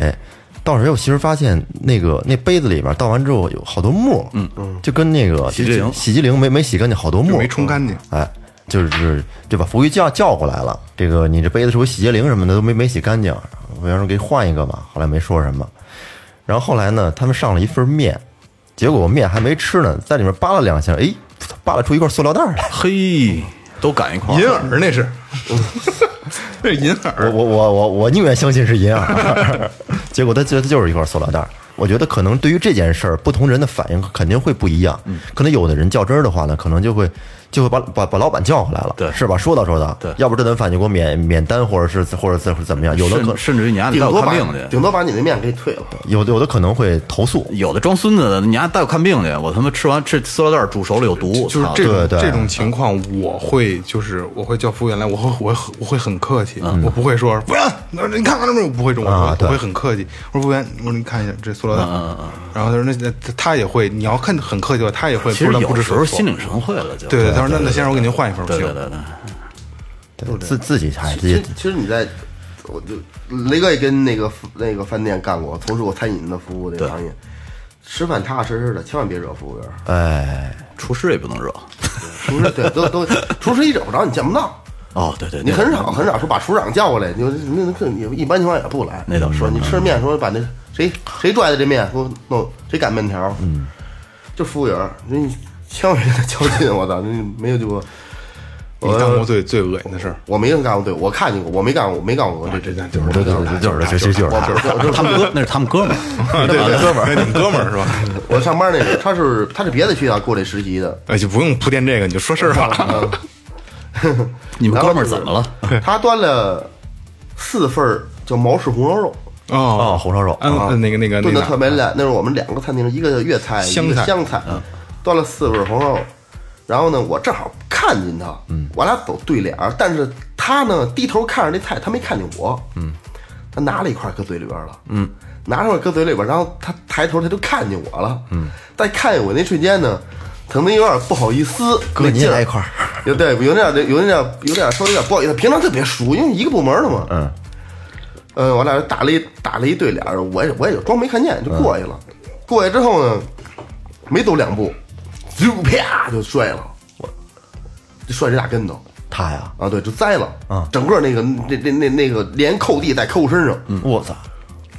[SPEAKER 6] 倒水，我媳妇儿发现那个那杯子里边倒完之后有好多沫，嗯嗯，就跟那个
[SPEAKER 5] 洗涤灵
[SPEAKER 6] 洗涤灵没没洗干净，好多沫
[SPEAKER 3] 就没冲干净，
[SPEAKER 6] 哎，就是就把服务员叫叫过来了，这个你这杯子是不是洗洁灵什么的都没没洗干净，服务员说给换一个吧，后来没说什么，然后后来呢，他们上了一份面，结果我面还没吃呢，在里面扒拉两下，哎，扒拉出一块塑料袋来。
[SPEAKER 5] 嘿，都赶一块
[SPEAKER 3] 银
[SPEAKER 5] 儿，
[SPEAKER 3] 耳那是，那是银耳。
[SPEAKER 6] 我我我我我宁愿相信是银耳，结果他觉得就是一块塑料袋儿。我觉得可能对于这件事儿，不同人的反应肯定会不一样。可能有的人较真儿的话呢，可能就会就会把把把老板叫回来了，
[SPEAKER 5] 对
[SPEAKER 6] 是吧？说道说道，
[SPEAKER 5] 对
[SPEAKER 6] 要不这顿饭就给我免免单，或者是或者怎怎么样？有的可
[SPEAKER 5] 甚甚至于你还得
[SPEAKER 4] 顶
[SPEAKER 5] 带
[SPEAKER 4] 多
[SPEAKER 5] 我
[SPEAKER 4] 把
[SPEAKER 5] 看病去
[SPEAKER 4] 顶。多把你的面给退了。
[SPEAKER 6] 有的有的可能会投诉，
[SPEAKER 5] 有的装孙子的，你还带我看病去？我他妈吃完这塑料袋煮熟了有毒，
[SPEAKER 3] 就是
[SPEAKER 5] 操
[SPEAKER 3] 这种
[SPEAKER 6] 对对
[SPEAKER 3] 这种情况，我会就是我会叫服务员来，我会我会我会很客气，我不会说服务员，那你看看那边，我不会这么
[SPEAKER 6] 啊
[SPEAKER 3] 说，我
[SPEAKER 6] 对
[SPEAKER 3] 会很客气。我说服务员，我说你看一下这塑料袋，然后他说那那他也会，你要看很客气的话，他也会
[SPEAKER 5] 其
[SPEAKER 3] 不
[SPEAKER 5] 实
[SPEAKER 3] 能不
[SPEAKER 5] 有
[SPEAKER 3] 知
[SPEAKER 5] 时
[SPEAKER 3] 所
[SPEAKER 5] 候
[SPEAKER 3] 措
[SPEAKER 5] 心。领神会了就。
[SPEAKER 3] 对对，他说那那先生，我给您换一份不
[SPEAKER 5] 对
[SPEAKER 3] 行
[SPEAKER 5] 对。对对。
[SPEAKER 6] 对自自己还自
[SPEAKER 4] 其实
[SPEAKER 6] 己
[SPEAKER 4] 其实你在，我就雷哥也跟那个那个饭店干过，从事过餐饮的服务这个行业，吃饭踏踏实实的，千万别惹服务员。
[SPEAKER 6] 哎，
[SPEAKER 5] 厨师也不能惹。
[SPEAKER 4] 厨师对都都，厨师一惹不着你见不到，
[SPEAKER 5] 哦，对对，
[SPEAKER 4] 你
[SPEAKER 5] 那
[SPEAKER 4] 很少很少说把厨长叫过来，你说那那那一般情况也不来。
[SPEAKER 5] 那倒是嗯
[SPEAKER 4] 说你吃面说把那谁谁拽的这面给我弄，谁擀面条？嗯，就服务员，你千万别跟他较劲，我操，你没有就我
[SPEAKER 3] 你干过最最恶心的事儿，
[SPEAKER 4] 我没人干过，对我看见过，我没干过，我没干过这
[SPEAKER 3] 这
[SPEAKER 4] 这
[SPEAKER 3] 这就是
[SPEAKER 6] 我这就是就是就是就是就是他
[SPEAKER 5] 他们哥那是他们哥们儿，
[SPEAKER 3] 对对哥们儿，你们哥们儿是吧？
[SPEAKER 4] 我上班那个，他是他是别的学校过来实习的，
[SPEAKER 3] 哎，就不用铺垫这个，你就说事儿 吧。
[SPEAKER 5] 你们
[SPEAKER 4] 然
[SPEAKER 5] 哥
[SPEAKER 4] 后
[SPEAKER 5] 们儿
[SPEAKER 4] 就是
[SPEAKER 5] 怎么了？？
[SPEAKER 4] 他端了四份儿叫毛氏红烧肉，
[SPEAKER 6] 啊，
[SPEAKER 3] 哦，
[SPEAKER 6] 红烧肉，
[SPEAKER 3] 嗯嗯，那个那个那
[SPEAKER 4] 炖的
[SPEAKER 3] 个
[SPEAKER 4] 特别烂。那是我们两个餐厅，一个粤菜，
[SPEAKER 3] 湘菜嗯
[SPEAKER 4] 一个湘菜，端了四份红肉。然后呢，我正好看见他，
[SPEAKER 3] 嗯
[SPEAKER 4] 我俩走对脸儿，但是他呢低头看着那菜，他没看见我，嗯，他拿了一块搁嘴里边了，嗯，拿了一块搁嘴里边，然后他抬头他就看见我了，嗯，在看见我那瞬间呢，可能有点不好意思，
[SPEAKER 6] 哥
[SPEAKER 4] 那
[SPEAKER 6] 你也
[SPEAKER 4] 劲儿
[SPEAKER 6] 来一块儿，
[SPEAKER 4] 有对，有那点，有那点，有点稍微有点不好意思。平常特别熟，因为一个部门的嘛。嗯。呃，我俩就打了一打了一对脸儿，我也我也就装没看见，就过去了。过去之后呢，没走两步，就啪就摔了，我就摔这大跟头
[SPEAKER 6] 他呀，
[SPEAKER 4] 啊，对，就栽了啊，整个那个那那那那个连扣地带扣身上，
[SPEAKER 6] 我操，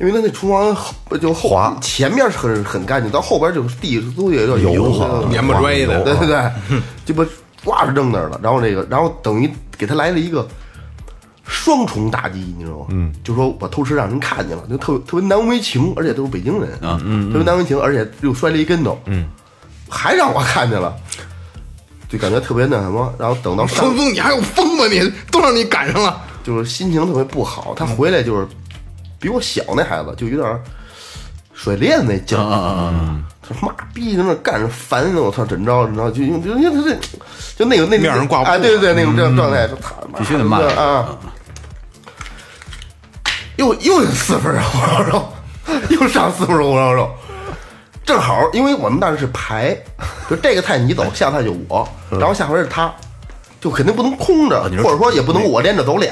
[SPEAKER 4] 因为他那厨房后就后
[SPEAKER 6] 滑
[SPEAKER 4] 前面是很很干净，到后边就是地都有点油
[SPEAKER 6] 啊
[SPEAKER 3] 黏不拽的
[SPEAKER 4] 对对对，鸡巴挂着扔那儿了。然后那个，然后等于给他来了一个双重打击，你知道吗？嗯，就说我偷吃让人看见了，就特特别难为情，而且都是北京人啊，特别难为情，而且又摔了一跟头，嗯，还让我看见了，就感觉特别那什么。然后等 到上
[SPEAKER 3] 春风，你还有风吗？你都让你赶上了。
[SPEAKER 4] 就是心情特别不好。他回来就是比我小那孩子，就有点儿甩链子那劲儿。他说妈逼在那干着烦的我操，怎着怎着就就就就就那个那
[SPEAKER 3] 面上挂布
[SPEAKER 4] 哎，对对对，那种这样状态，说他妈
[SPEAKER 5] 必须得骂
[SPEAKER 4] 的啊！又又有四份儿红烧肉， 又上四份儿红烧肉。正好，因为我们那是排，就这个菜你走，下菜就我，然后下回是他，就肯定不能空着，
[SPEAKER 5] 你说
[SPEAKER 4] 或者说也不能我连着走俩，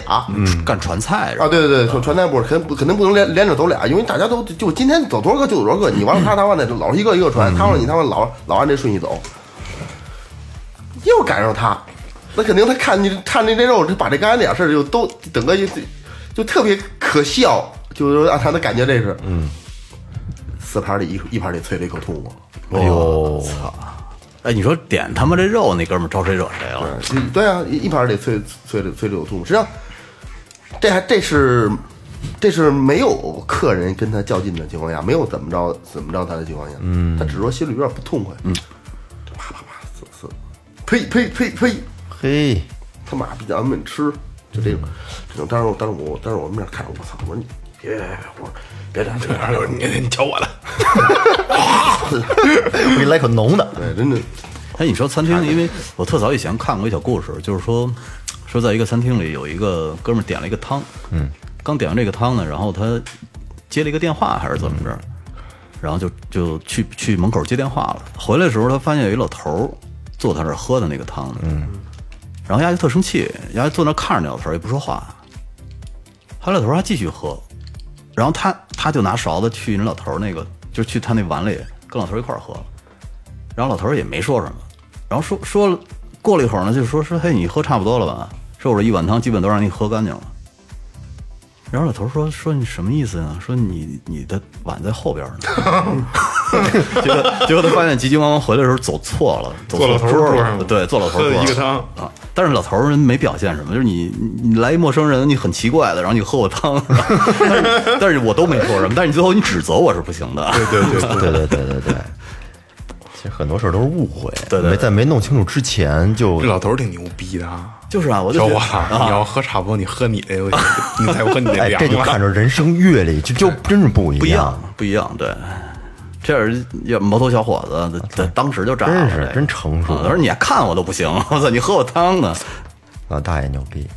[SPEAKER 5] 干传菜是吧
[SPEAKER 4] 嗯啊，对对对，传传单部肯定不肯定不能连连着走俩，因为大家都就今天走多少个就走多少个，你完了他他完了就老是一个一个传，他完了你他完了老老按这顺序走，又赶上他，那肯定他看你看那这肉，他把这刚才俩事儿就都整个就就特别可笑，就是说啊他的感觉这是，嗯，四盘里一一盘里啐了一口吐沫。
[SPEAKER 5] 哎呦，操！哎，你说点他妈这肉，那哥们儿招谁惹谁了？
[SPEAKER 4] 嗯，对啊，一一盘儿得催催催催柳吐沫。实际上，这还这是这是没有客人跟他较劲的情况下，没有怎么着怎么着他的情况下，嗯，他只是说心里有点不痛快，嗯，啪啪啪，呲呲，呸呸呸呸，
[SPEAKER 6] 嘿，
[SPEAKER 4] 他妈逼咱们吃，就这种这种。当时我当时我当时我面看着我操，我说你别别别，我说别这样别这样，
[SPEAKER 3] 你你瞧我的，
[SPEAKER 6] 我给你来口浓的，
[SPEAKER 4] 对，真的
[SPEAKER 5] 哎，你说餐厅，因为我特早以前看过一小故事，就是说，说在一个餐厅里有一个哥们儿点了一个汤，嗯，刚点完这个汤呢，然后他接了一个电话还是怎么着，然后就就去去门口接电话了。回来的时候，他发现有一老头儿坐他这儿喝的那个汤呢，嗯，然后丫就特生气，丫就坐那儿看着那老头儿也不说话，他老头儿还继续喝，然后他他就拿勺子去人老头儿那个，就去他那碗里跟老头儿一块儿喝了。然后老头儿也没说什么，然后说说了，过了一会儿呢，就说说嘿，你喝差不多了吧？说我这一碗汤基本都让你喝干净了。然后老头儿说说你什么意思呢？说你你的碗在后边呢。 结果结果他发现急急忙忙回来的时候走错了，走
[SPEAKER 3] 坐
[SPEAKER 5] 错
[SPEAKER 3] 老头儿
[SPEAKER 5] 桌
[SPEAKER 3] 桌
[SPEAKER 5] 了，
[SPEAKER 3] 上了
[SPEAKER 5] 对，坐老头儿
[SPEAKER 3] 喝了
[SPEAKER 5] 桌
[SPEAKER 3] 一个
[SPEAKER 5] 上
[SPEAKER 3] 汤
[SPEAKER 5] 啊。但是老头儿人没表现什么，就是你你你来一陌生人，你很奇怪的，然后你喝我汤， 但是但是我都没说什么，但是你最后你指责我是不行的。
[SPEAKER 3] 对对对对，
[SPEAKER 6] 对对对对对。其实很多事儿都是误会，
[SPEAKER 5] 对对对
[SPEAKER 6] 没在没弄清楚之前就
[SPEAKER 3] 这老头儿挺牛逼的啊。
[SPEAKER 5] 就是啊，我就
[SPEAKER 3] 小
[SPEAKER 5] 觉得
[SPEAKER 3] 伙子，你要喝差不多，你喝你这个，你再不喝你这
[SPEAKER 6] 哎，
[SPEAKER 3] 凉
[SPEAKER 6] 这就
[SPEAKER 3] 了。
[SPEAKER 6] 看着人生阅历，这就真是不一
[SPEAKER 5] 不一
[SPEAKER 6] 样
[SPEAKER 5] 样，，不一样，对。这要是要毛头小伙子，这这当时就炸了，
[SPEAKER 6] 啊真是
[SPEAKER 5] 这个
[SPEAKER 6] 真成熟
[SPEAKER 5] 啊他说：“你还看我都不行， 我操，你喝我汤呢
[SPEAKER 6] 老啊大爷牛逼，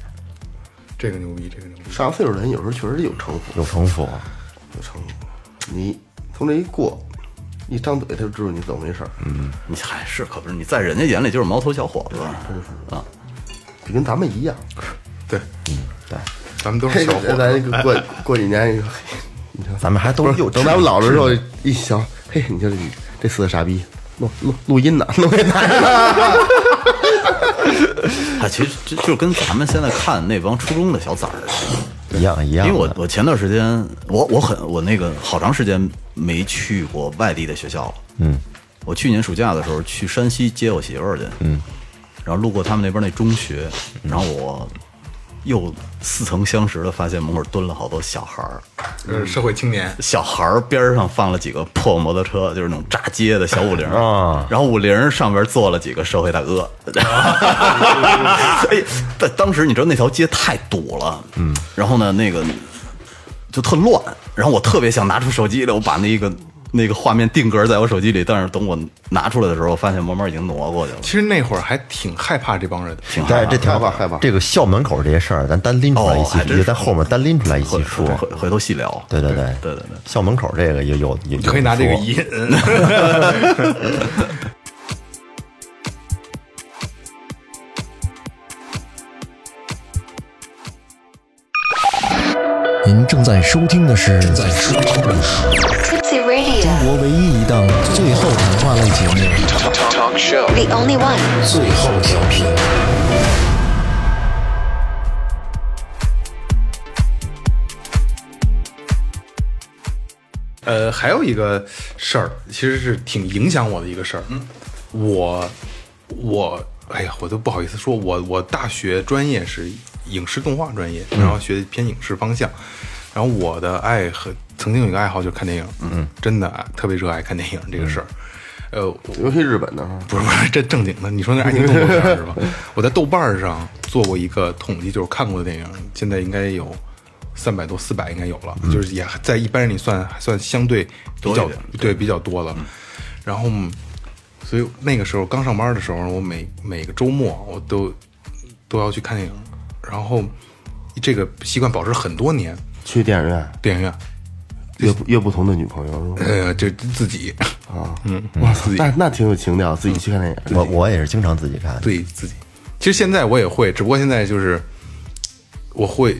[SPEAKER 3] 这个牛逼，这个牛逼。
[SPEAKER 4] 上岁数人有时候确实有城府，
[SPEAKER 6] 有城府，
[SPEAKER 4] 有城府，你从这一过，一张嘴他就知道你怎么回事儿，嗯。！”
[SPEAKER 5] 你还是可不是，你在人家眼里就是毛头小伙子啊。
[SPEAKER 4] 就跟咱们一样。
[SPEAKER 3] 对，嗯，对，咱们都是小伙
[SPEAKER 4] 咱
[SPEAKER 3] 子。
[SPEAKER 4] 那个 过过几年，你说，嘿你说
[SPEAKER 6] 咱们还都
[SPEAKER 4] 不
[SPEAKER 6] 是
[SPEAKER 4] 是
[SPEAKER 6] 有
[SPEAKER 4] 等咱们老了之后一想，嘿，你说这这四个傻逼录录录音呢，录音呢，
[SPEAKER 5] 啊，其实这就跟咱们现在看那帮初中的小崽儿似的，
[SPEAKER 6] 一样一
[SPEAKER 5] 因
[SPEAKER 6] 样
[SPEAKER 5] 为
[SPEAKER 6] 的，
[SPEAKER 5] 我我前段时间我我很我那个好长时间没去过外地的学校了。嗯，我去年暑假的时候去山西接我媳妇儿去，嗯，然后路过他们那边那中学，
[SPEAKER 6] 嗯
[SPEAKER 5] 然后我又似曾相识的发现门口蹲了好多小孩儿，
[SPEAKER 3] 呃，社会青年，
[SPEAKER 5] 小孩儿边儿上放了几个破摩托车，就是那种炸街的小五菱
[SPEAKER 6] 啊
[SPEAKER 5] 然后五菱上边坐了几个社会大哥。 哎，但当时你知道那条街太堵了，嗯，然后呢，那个就特乱，然后我特别想拿出手机来，我把那个那个画面定格在我手机里，但是等我拿出来的时候，我发现慢慢已经挪过去了。
[SPEAKER 3] 其实那会儿还挺害怕这帮人的，
[SPEAKER 5] 挺
[SPEAKER 6] 但
[SPEAKER 5] 害
[SPEAKER 6] 是
[SPEAKER 5] 怕
[SPEAKER 6] 哎这
[SPEAKER 5] 的
[SPEAKER 6] 条
[SPEAKER 4] 害怕害怕
[SPEAKER 6] 这个校门口这些事儿，咱单拎出来一
[SPEAKER 5] 哦
[SPEAKER 6] 起
[SPEAKER 5] 还，真
[SPEAKER 6] 也
[SPEAKER 5] 是
[SPEAKER 6] 在后面单拎出来一起
[SPEAKER 5] 回
[SPEAKER 6] 说。
[SPEAKER 5] 回回头细聊。
[SPEAKER 6] 对对对
[SPEAKER 5] 对对对，
[SPEAKER 6] 校门口这个也有也
[SPEAKER 3] 你可以拿这个引。
[SPEAKER 1] 您正在收听的是正在收听的是
[SPEAKER 7] Tootsie Radio,
[SPEAKER 1] 中国唯一一档最后谈话类节目
[SPEAKER 7] the only one.
[SPEAKER 1] 最后调频。
[SPEAKER 3] 呃，还有一个事儿，其实是挺影响我的一个事儿。嗯，我我哎呀，我都不好意思说，我我大学专业是影视动画专业，然后学偏影视方向。然后我的爱和曾经有一个爱好就是看电影，嗯，真的啊特别热爱看电影这个事儿。呃，我
[SPEAKER 4] 尤其日本的哈，
[SPEAKER 3] 不是不是，这正经的，你说那爱情动作片儿是吧？我在豆瓣儿上做过一个统计，就是看过的电影，现在应该有三百多、四百应该有了，就是也在一般人里算还算相对比较
[SPEAKER 5] 嗯多一点嗯
[SPEAKER 3] 对比较多了。然后，所以那个时候刚上班的时候，我每每个周末我都都要去看电影，然后这个习惯保持很多年。
[SPEAKER 4] 去电影院
[SPEAKER 3] 电影院，
[SPEAKER 4] 约约不同的女朋友是吧？
[SPEAKER 3] 呃，就自己
[SPEAKER 4] 啊，
[SPEAKER 3] 嗯，我自己
[SPEAKER 4] 但那挺有情调，自己去看电影。
[SPEAKER 6] 我我也是经常自己看，
[SPEAKER 3] 自己自己。其实现在我也会，只不过现在就是我会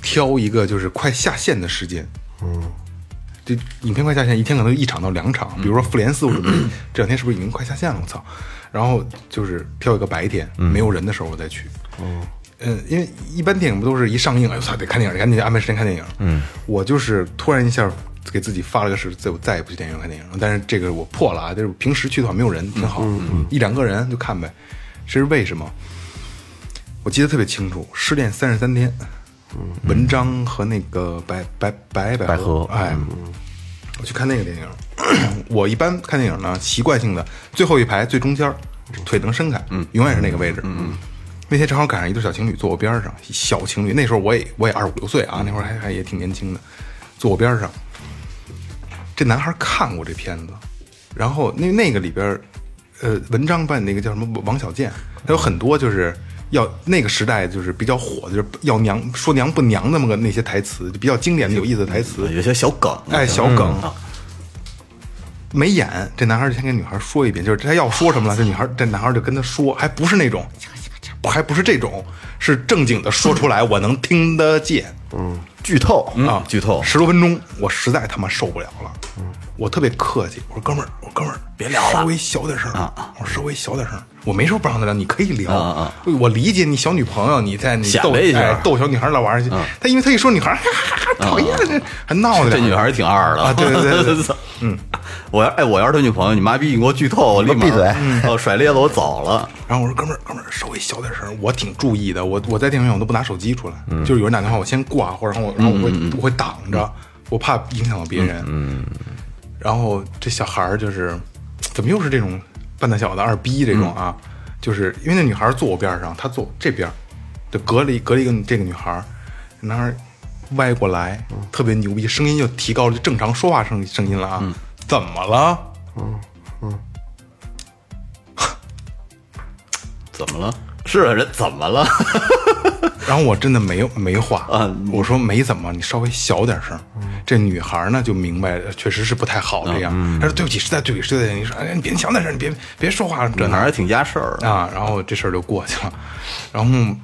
[SPEAKER 3] 挑一个就是快下线的时间，嗯，这影片快下线，一天可能一场到两场，比如说《复联四》，我准备这两天是不是已经快下线了？我操！然后就是挑一个白天没有人的时候我再去，嗯，因为一般电影不都是一上映，哎呦操，得看电影，赶紧安排时间看电影。嗯，我就是突然一下给自己发了个誓，再我再也不去电影院看电影了。但是这个我破了啊，就是平时去的话没有人，挺好，一两个人就看呗。这是为什么？我记得特别清楚，《失恋三十三天》，文章和那个白白白百
[SPEAKER 6] 百合
[SPEAKER 3] 哎，我去看那个电影。我一般看电影呢，习惯性的最后一排最中间儿，腿能伸开，嗯，永远是那个位置，嗯。那天正好赶上一对小情侣坐我边儿上，小情侣那时候我也我也二十五六岁啊，那会儿还还也挺年轻的，坐我边儿上。这男孩看过这片子，然后那那个里边儿，呃，文章扮那个叫什么王小贱，他有很多就是要那个时代就是比较火的，就是要娘说娘不娘那么个那些台词，就比较经典的有意思的台词。
[SPEAKER 5] 有些小梗，啊
[SPEAKER 3] 哎，小梗。
[SPEAKER 5] 嗯
[SPEAKER 3] 没演，这男孩就先跟女孩说一遍，就是他要说什么了，这女孩这男孩就跟他说，还不是那种，还不是这种，是正经的说出来，我能听得见。
[SPEAKER 6] 剧透。
[SPEAKER 3] 啊
[SPEAKER 5] 嗯，，剧透，
[SPEAKER 3] 十多分钟，我实在他妈受不了了。我特别客气，我说哥们儿，我说哥们儿，别聊了，稍微小点声儿我说稍微小点声儿我没说不让他聊，你可以聊。
[SPEAKER 5] 啊
[SPEAKER 3] 我理解你小女朋友，你在你
[SPEAKER 5] 显
[SPEAKER 3] 逗
[SPEAKER 5] 摆一下嗯啊
[SPEAKER 3] 哎逗小女孩儿老玩儿去。他因为他一说女孩儿，哈 哈哈讨厌这还闹的。
[SPEAKER 5] 这女孩儿挺二的
[SPEAKER 3] 啊对对对对，
[SPEAKER 5] 嗯，我要哎，我要是她女朋友，你妈逼你给我剧透，我立马
[SPEAKER 6] 闭嘴
[SPEAKER 5] 哦，甩咧子我走了。
[SPEAKER 3] 然后我说：“哥们儿，哥们儿，稍微小点声儿，我挺注意的。我我在电影院我都不拿手机出来，就是有人打电话，我先挂，或者然后我然后我会、我会挡着，我怕影响到别人。嗯”然后这小孩儿就是怎么又是这种半大小子二逼这种啊？就是因为那女孩儿坐我边儿上，她坐这边儿，就隔了一隔了一个这个女孩儿，男孩儿歪过来，特别牛逼，声音就提高了，就正常说话声声音了啊？怎么了？
[SPEAKER 5] 怎么了？是啊，人怎么了？
[SPEAKER 3] 然后我真的没有没话
[SPEAKER 5] 啊嗯
[SPEAKER 3] 我说没怎么，你稍微小点声儿。这女孩呢就明白，确实是不太好这样。
[SPEAKER 5] 嗯
[SPEAKER 3] 她说对不起，实在对不起，实在对不起。你说哎，你别小点声，你别别说话，这
[SPEAKER 5] 这男
[SPEAKER 3] 那
[SPEAKER 5] 孩儿挺压事儿，
[SPEAKER 3] 啊。然后这事儿就过去了。然后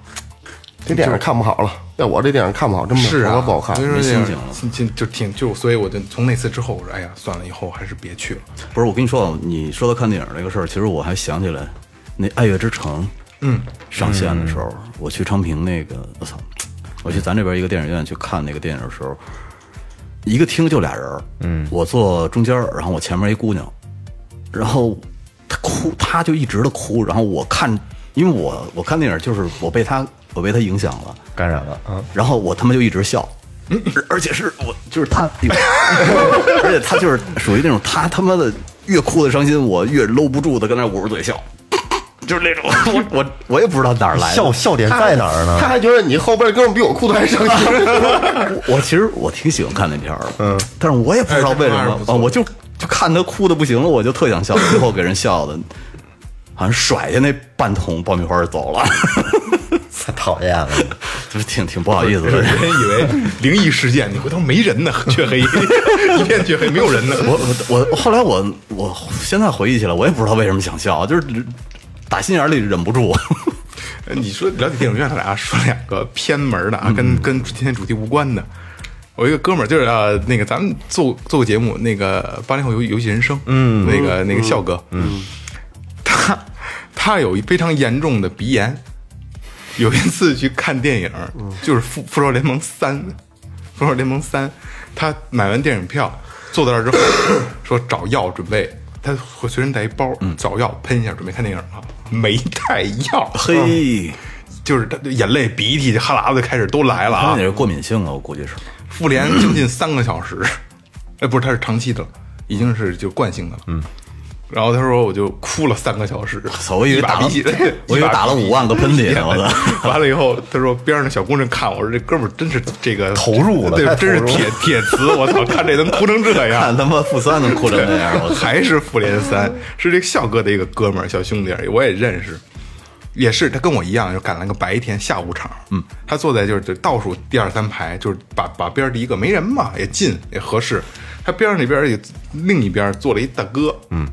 [SPEAKER 4] 这电影看不好了，要我这电影看不好，真
[SPEAKER 3] 是
[SPEAKER 4] 不
[SPEAKER 3] 啊，
[SPEAKER 4] 好不好看
[SPEAKER 3] 所以。说
[SPEAKER 5] 没
[SPEAKER 3] 这
[SPEAKER 5] 心
[SPEAKER 3] 样
[SPEAKER 5] 情了
[SPEAKER 3] 心情就挺就，所以我就从那次之后，我说哎呀，算了，以后还是别去了。
[SPEAKER 5] 不是，我跟你说，你说到看电影这个事儿，其实我还想起来，那《爱乐之城》嗯上线的时候，我去昌平那个，我操，我去咱这边一个电影院去看那个电影的时候，一个厅就俩人，嗯，我坐中间儿，然后我前面一姑娘，然后她哭，她就一直的哭，然后我看，因为我我看电影就是我被她我被她影响了，
[SPEAKER 6] 感染了，嗯，
[SPEAKER 5] 然后我他妈就一直笑，而而且是我就是他， 而且他就是属于那种他他妈的越哭的伤心，我越搂不住的跟那捂着嘴笑，就是那种我我我也不知道哪儿来的
[SPEAKER 6] 笑笑点在哪儿
[SPEAKER 4] 他
[SPEAKER 6] 呢？
[SPEAKER 4] 还觉得你后边的哥们比我裤子还上心。
[SPEAKER 5] 我其实我挺喜欢看那片儿的，嗯，但是我也不知道为什
[SPEAKER 3] 哎这片
[SPEAKER 5] 么
[SPEAKER 3] 儿不
[SPEAKER 5] 啊，
[SPEAKER 3] 错
[SPEAKER 5] 我就就看他哭的不行了，我就 特想笑，最后给人笑的，好像甩下那半桶爆米花走了，
[SPEAKER 6] 太讨厌了，
[SPEAKER 5] 就是挺挺不好意
[SPEAKER 3] 有
[SPEAKER 5] 思的。
[SPEAKER 3] 人以为灵异事件，你回头没人呢， 黢黑，一片黢黑，没有人呢。
[SPEAKER 5] 我我我后来我我现在回忆起来，我也不知道为什么想笑，就是打心眼里忍不住。
[SPEAKER 3] 呃你说了解电影院，咱俩说两个偏门的啊，跟跟今天主题无关的。我一个哥们儿就是呃，那个咱们做做过节目，那个八零后游游戏人生，嗯，那个那个笑哥，嗯， 他他有一非常严重的鼻炎。有一次去看电影，就是《复复仇者联盟三》，《复仇者联盟三》，他买完电影票坐到那儿之后，说找药准备，他会随身带一包，找药喷一下，准备看电影了，没带药，
[SPEAKER 5] 嘿，
[SPEAKER 3] 就是他眼泪、鼻涕、哈喇子开始都来了
[SPEAKER 5] 他
[SPEAKER 3] 啊
[SPEAKER 5] 那！也是过敏性了，我估计是。
[SPEAKER 3] 复联将近三个小时， 哎，不是，他是长期的了，已经是就惯性的了。嗯。然后他说我就哭了三个小时，
[SPEAKER 5] 操我以为
[SPEAKER 3] 一把
[SPEAKER 5] 打了，
[SPEAKER 3] 鼻涕
[SPEAKER 5] 我以为打了五万个喷嚏 呢我操！
[SPEAKER 3] 完了以后，他说边上的小姑娘看我说这哥们儿真是这个
[SPEAKER 6] 投入了
[SPEAKER 3] 对
[SPEAKER 6] 太，投
[SPEAKER 3] 真是
[SPEAKER 6] 入了
[SPEAKER 3] 铁铁瓷，我操，看这能哭成这 样，
[SPEAKER 5] 看他妈负三能哭成那样，我操！
[SPEAKER 3] 还是复联三，是这个笑哥的一个哥们儿，小兄弟，我也认识，也是他跟我一样，就赶了个白天下午场。嗯，他坐在就是倒数第二三排，就是把把边儿第一个没人嘛，也近也合适。他边上那边儿也另一边儿坐了一大哥，嗯，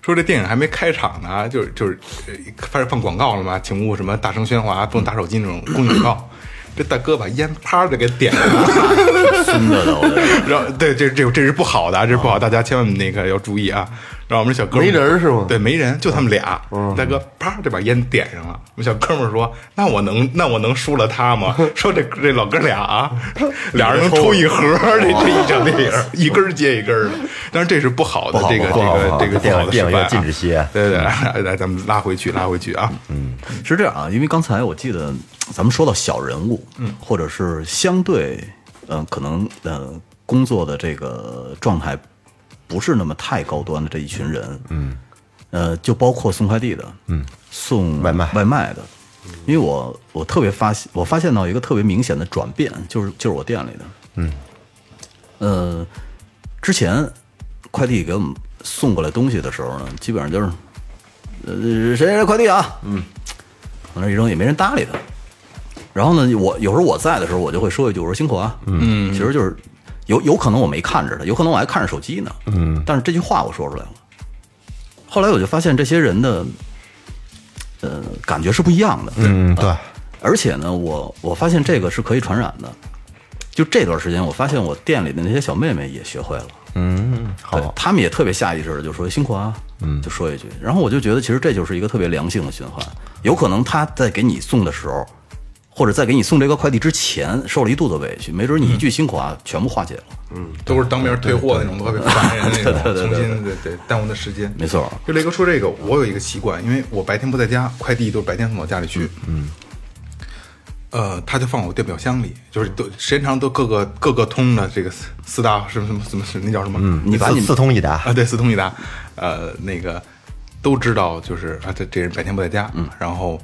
[SPEAKER 3] 说这电影还没开场呢，就是就是呃开始放广告了嘛，请勿什么大声喧哗，不能打手机那种公益广告。这大哥把烟啪的给点了。 然后对，这这这是不好的，啊，这是不好，大家千万那个要注意啊。然后我们小哥们儿嗯
[SPEAKER 4] 没人是吗
[SPEAKER 3] 对，没人，就他们俩。大哥啪就把烟点上了。我们小哥们儿说：“那我能，那我能输了他吗？” 说这这老哥俩啊，俩人能抽一盒，这这一场电 影一根儿接一根儿的。当然这是不好的，
[SPEAKER 5] 哦
[SPEAKER 3] 这个
[SPEAKER 6] 不好不好
[SPEAKER 3] 这个这个
[SPEAKER 6] 电影
[SPEAKER 3] 不好的
[SPEAKER 6] 电
[SPEAKER 3] 示
[SPEAKER 6] 影
[SPEAKER 3] 范
[SPEAKER 6] 院
[SPEAKER 3] 啊
[SPEAKER 6] 禁止吸烟
[SPEAKER 3] 对
[SPEAKER 5] 嗯
[SPEAKER 3] 对，对来咱们拉回去，拉回去啊。
[SPEAKER 5] 是这样啊，因为刚才我记得咱们说到小人物，嗯，或者是相对，嗯、可能呃工作的这个状态不是那么太高端的这一群人，嗯，呃，就包括送快递的，嗯，送
[SPEAKER 6] 外卖
[SPEAKER 5] 外卖的，因为我我特别发现我发现到一个特别明显的转变，就是就是我店里的，呃，之前快递给我们送过来东西的时候呢，基本上就是，呃，谁谁谁快递啊，嗯，往那一扔也没人搭理他。然后呢，我有时候我在的时候，我就会说一句：“我说辛苦啊。”嗯，其实就是有有可能我没看着他，有可能我还看着手机呢。嗯，但是这句话我说出来了。后来我就发现这些人的，呃，感觉是不一样的。
[SPEAKER 6] 嗯，对，
[SPEAKER 5] 而且呢，我我发现这个是可以传染的。就这段时间，我发现我店里的那些小妹妹也学会了，对
[SPEAKER 6] 好，
[SPEAKER 5] 她们也特别下意识的就说辛苦啊，嗯，就说一句。然后我就觉得，其实这就是一个特别良性的循环。有可能她在给你送的时候，或者在给你送这个快递之前，受了一肚子委屈，没准你一句辛苦啊，全部化解了。
[SPEAKER 3] 都是当面退货那种，特别烦人那种，
[SPEAKER 5] 对对对
[SPEAKER 3] 重
[SPEAKER 5] 对
[SPEAKER 3] 新对对耽误的时间。
[SPEAKER 5] 没错
[SPEAKER 3] 就雷哥说这个，我有一个习惯，因为我白天不在家，快递都是白天送到家里去。嗯。
[SPEAKER 5] 嗯
[SPEAKER 3] 呃，他就放我电表箱里，就是都时间长都各个各个通的这个四四大什么什么什么什么那叫什么？嗯
[SPEAKER 5] 你把
[SPEAKER 6] 四
[SPEAKER 5] 你
[SPEAKER 6] 四通一达，
[SPEAKER 3] 啊，对，四通一达，呃，那个都知道，就是啊，这这人白天不在家，嗯，然后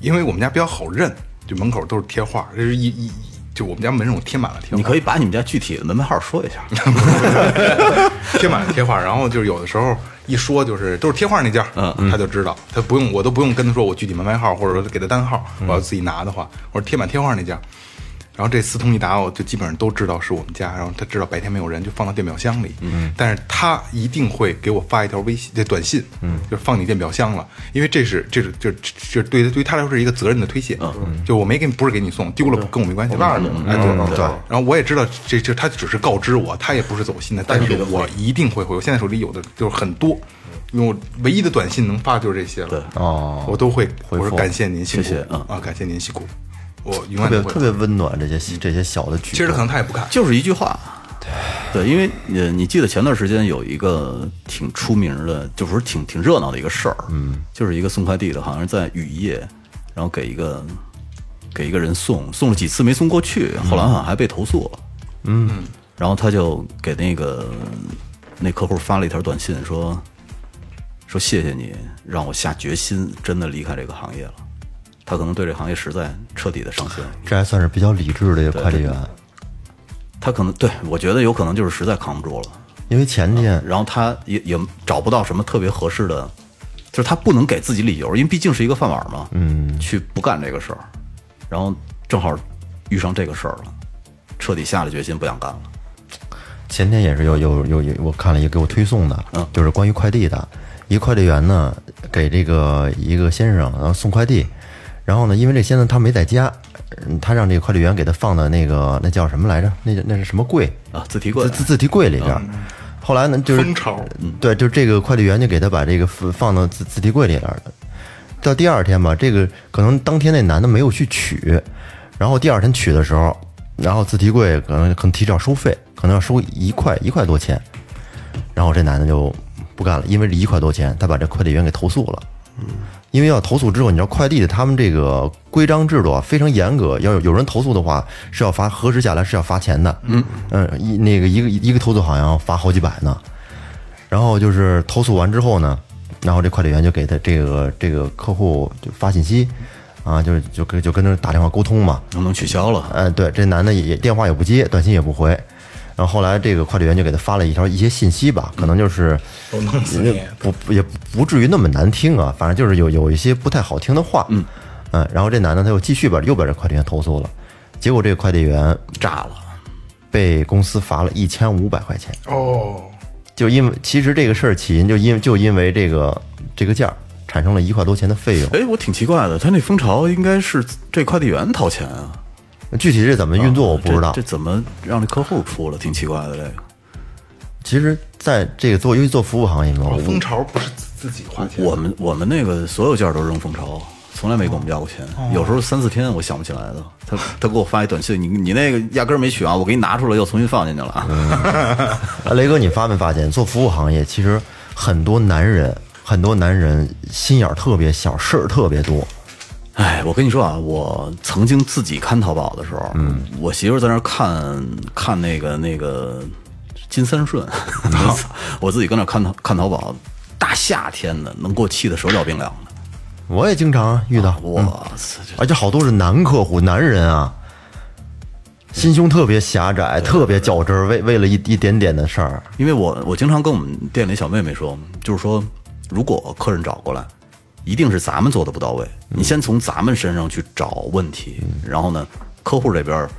[SPEAKER 3] 因为我们家比较好认，就门口都是贴画，这是一一一就我们家门上贴满了贴画，
[SPEAKER 5] 你可以把你们家具体的门牌号说一下。
[SPEAKER 3] 贴满了贴画，然后就是有的时候一说就是都是贴画那家，嗯，他就知道，他不用我都不用跟他说我具体门牌号或者说给他单号，我要自己拿的话，我说贴满贴画那家，然后这四通一达我就基本上都知道是我们家，然后他知道白天没有人就放到电表箱里，嗯，但是他一定会给我发一条微信这短信，嗯，就是放你电表箱了，因为这是这是就是就是对对于他来说是一个责任的推卸，嗯，就我没给你不是给你送丢了跟我没关系，那哎对对
[SPEAKER 6] 对。
[SPEAKER 3] 然后我也知道这这他只是告知我，他也不是走心的，但是我一定会回。我现在手里有的就是很多，因为我唯一的短信能发就是这些了。对
[SPEAKER 6] 哦
[SPEAKER 3] 我都会我
[SPEAKER 6] 回
[SPEAKER 3] 说
[SPEAKER 6] 复
[SPEAKER 3] 感谢您辛苦，
[SPEAKER 5] 谢谢嗯
[SPEAKER 3] 啊，感谢您辛苦，我永
[SPEAKER 6] 特
[SPEAKER 3] 远
[SPEAKER 6] 别
[SPEAKER 3] 都会。
[SPEAKER 6] 特别温暖这些这些小的举动，
[SPEAKER 3] 其实可能他也不看，
[SPEAKER 5] 就是一句话。对，因为呃，你记得前段时间有一个挺出名的，就不是挺挺热闹的一个事儿，嗯，就是一个送快递的，好像是在雨夜，然后给一个给一个人送，送了几次没送过去，后来好像还被投诉了，嗯，然后他就给那个那客户发了一条短信说，说谢谢你让我下决心真的离开这个行业了。他可能对这行业实在彻底的伤心了，
[SPEAKER 6] 这还算是比较理智的一个快递员。
[SPEAKER 5] 他可能对我觉得有可能就是实在扛不住了，
[SPEAKER 6] 因为前天
[SPEAKER 5] 然后他也也找不到什么特别合适的，就是他不能给自己理由，因为毕竟是一个饭碗嘛，嗯，去不干这个事儿，然后正好遇上这个事儿了，彻底下了决心不想干了。
[SPEAKER 6] 前天也是有有有有，我看了一个给我推送的，就是关于快递的。一快递员呢，给这个一个先生然后送快递，然后呢，因为这先生他没在家，嗯他让这个快递员给他放到那个那叫什么来着？那那是什么柜？
[SPEAKER 5] 啊，自提柜
[SPEAKER 6] 自自自提柜里边儿。后来呢，就是
[SPEAKER 3] 蜂巢
[SPEAKER 6] 对，就这个快递员就给他把这个放放到自自提柜里边儿了。到第二天吧，这个可能当天那男的没有去取，然后第二天取的时候，然后自提柜可能可能提早收费，可能要收一块一块多钱，然后这男的就不干了，因为这一块多钱，他把这快递员给投诉了。因为要投诉之后，你知道快递的他们这个规章制度啊非常严格，要有有人投诉的话是要罚，核实下来是要罚钱的。嗯一那个一个一个投诉好像罚好几百呢。然后就是投诉完之后呢，然后这快递员就给他这个这个客户就发信息，啊，就是就跟就跟他打电话沟通嘛。
[SPEAKER 5] 能不能取消了？
[SPEAKER 6] 嗯，对，这男的也也电话也不接，短信也不回。然后后来这个快递员就给他发了一条一些信息吧，可能就是
[SPEAKER 3] 我弄死你！
[SPEAKER 6] 不不也不至于那么难听啊，反正就是有有一些不太好听的话。嗯然后这男的他又继续把又把这快递员投诉了，结果这个快递员
[SPEAKER 5] 炸了，
[SPEAKER 6] 被公司罚了一千五百块钱。
[SPEAKER 3] 哦，
[SPEAKER 6] 就因为其实这个事儿起因就因就因为这个这个价儿产生了一块多钱的费用。
[SPEAKER 5] 哎，我挺奇怪的，他那蜂巢应该是这快递员掏钱啊，
[SPEAKER 6] 具体是怎么运作我不知道。
[SPEAKER 5] 这这怎么让这客户出了？挺奇怪的这个。
[SPEAKER 6] 其实，在这个做尤其做服务行业嘛，我
[SPEAKER 3] 蜂巢不是自自己花钱，
[SPEAKER 5] 我们我们那个所有件儿都扔蜂巢，从来没给我们要过钱。有时候三四天我想不起来的，他他给我发一短信，你你那个压根儿没取啊，我给你拿出来又重新放进去了啊。
[SPEAKER 6] 啊，雷哥，你发没发现做服务行业，其实很多男人，很多男人心眼儿特别小，事儿特别多。
[SPEAKER 5] 哎，我跟你说啊，我曾经自己看淘宝的时候，嗯，我媳妇儿在那儿看看那个那个金三顺， 我自己跟那儿看淘看淘宝，大夏天的能给我气得手脚冰凉的，
[SPEAKER 6] 我也经常遇到，
[SPEAKER 5] 哇塞！这
[SPEAKER 6] 而且好多是男客户，男人啊，心胸特别狭窄，特别较真儿，为为了一一点点的事儿，
[SPEAKER 5] 因为我我经常跟我们店里小妹妹说，就是说，如果客人找过来，一定是咱们做的不到位。
[SPEAKER 4] 嗯
[SPEAKER 5] 你先从咱们身上去找问题，然后呢，客户这边儿，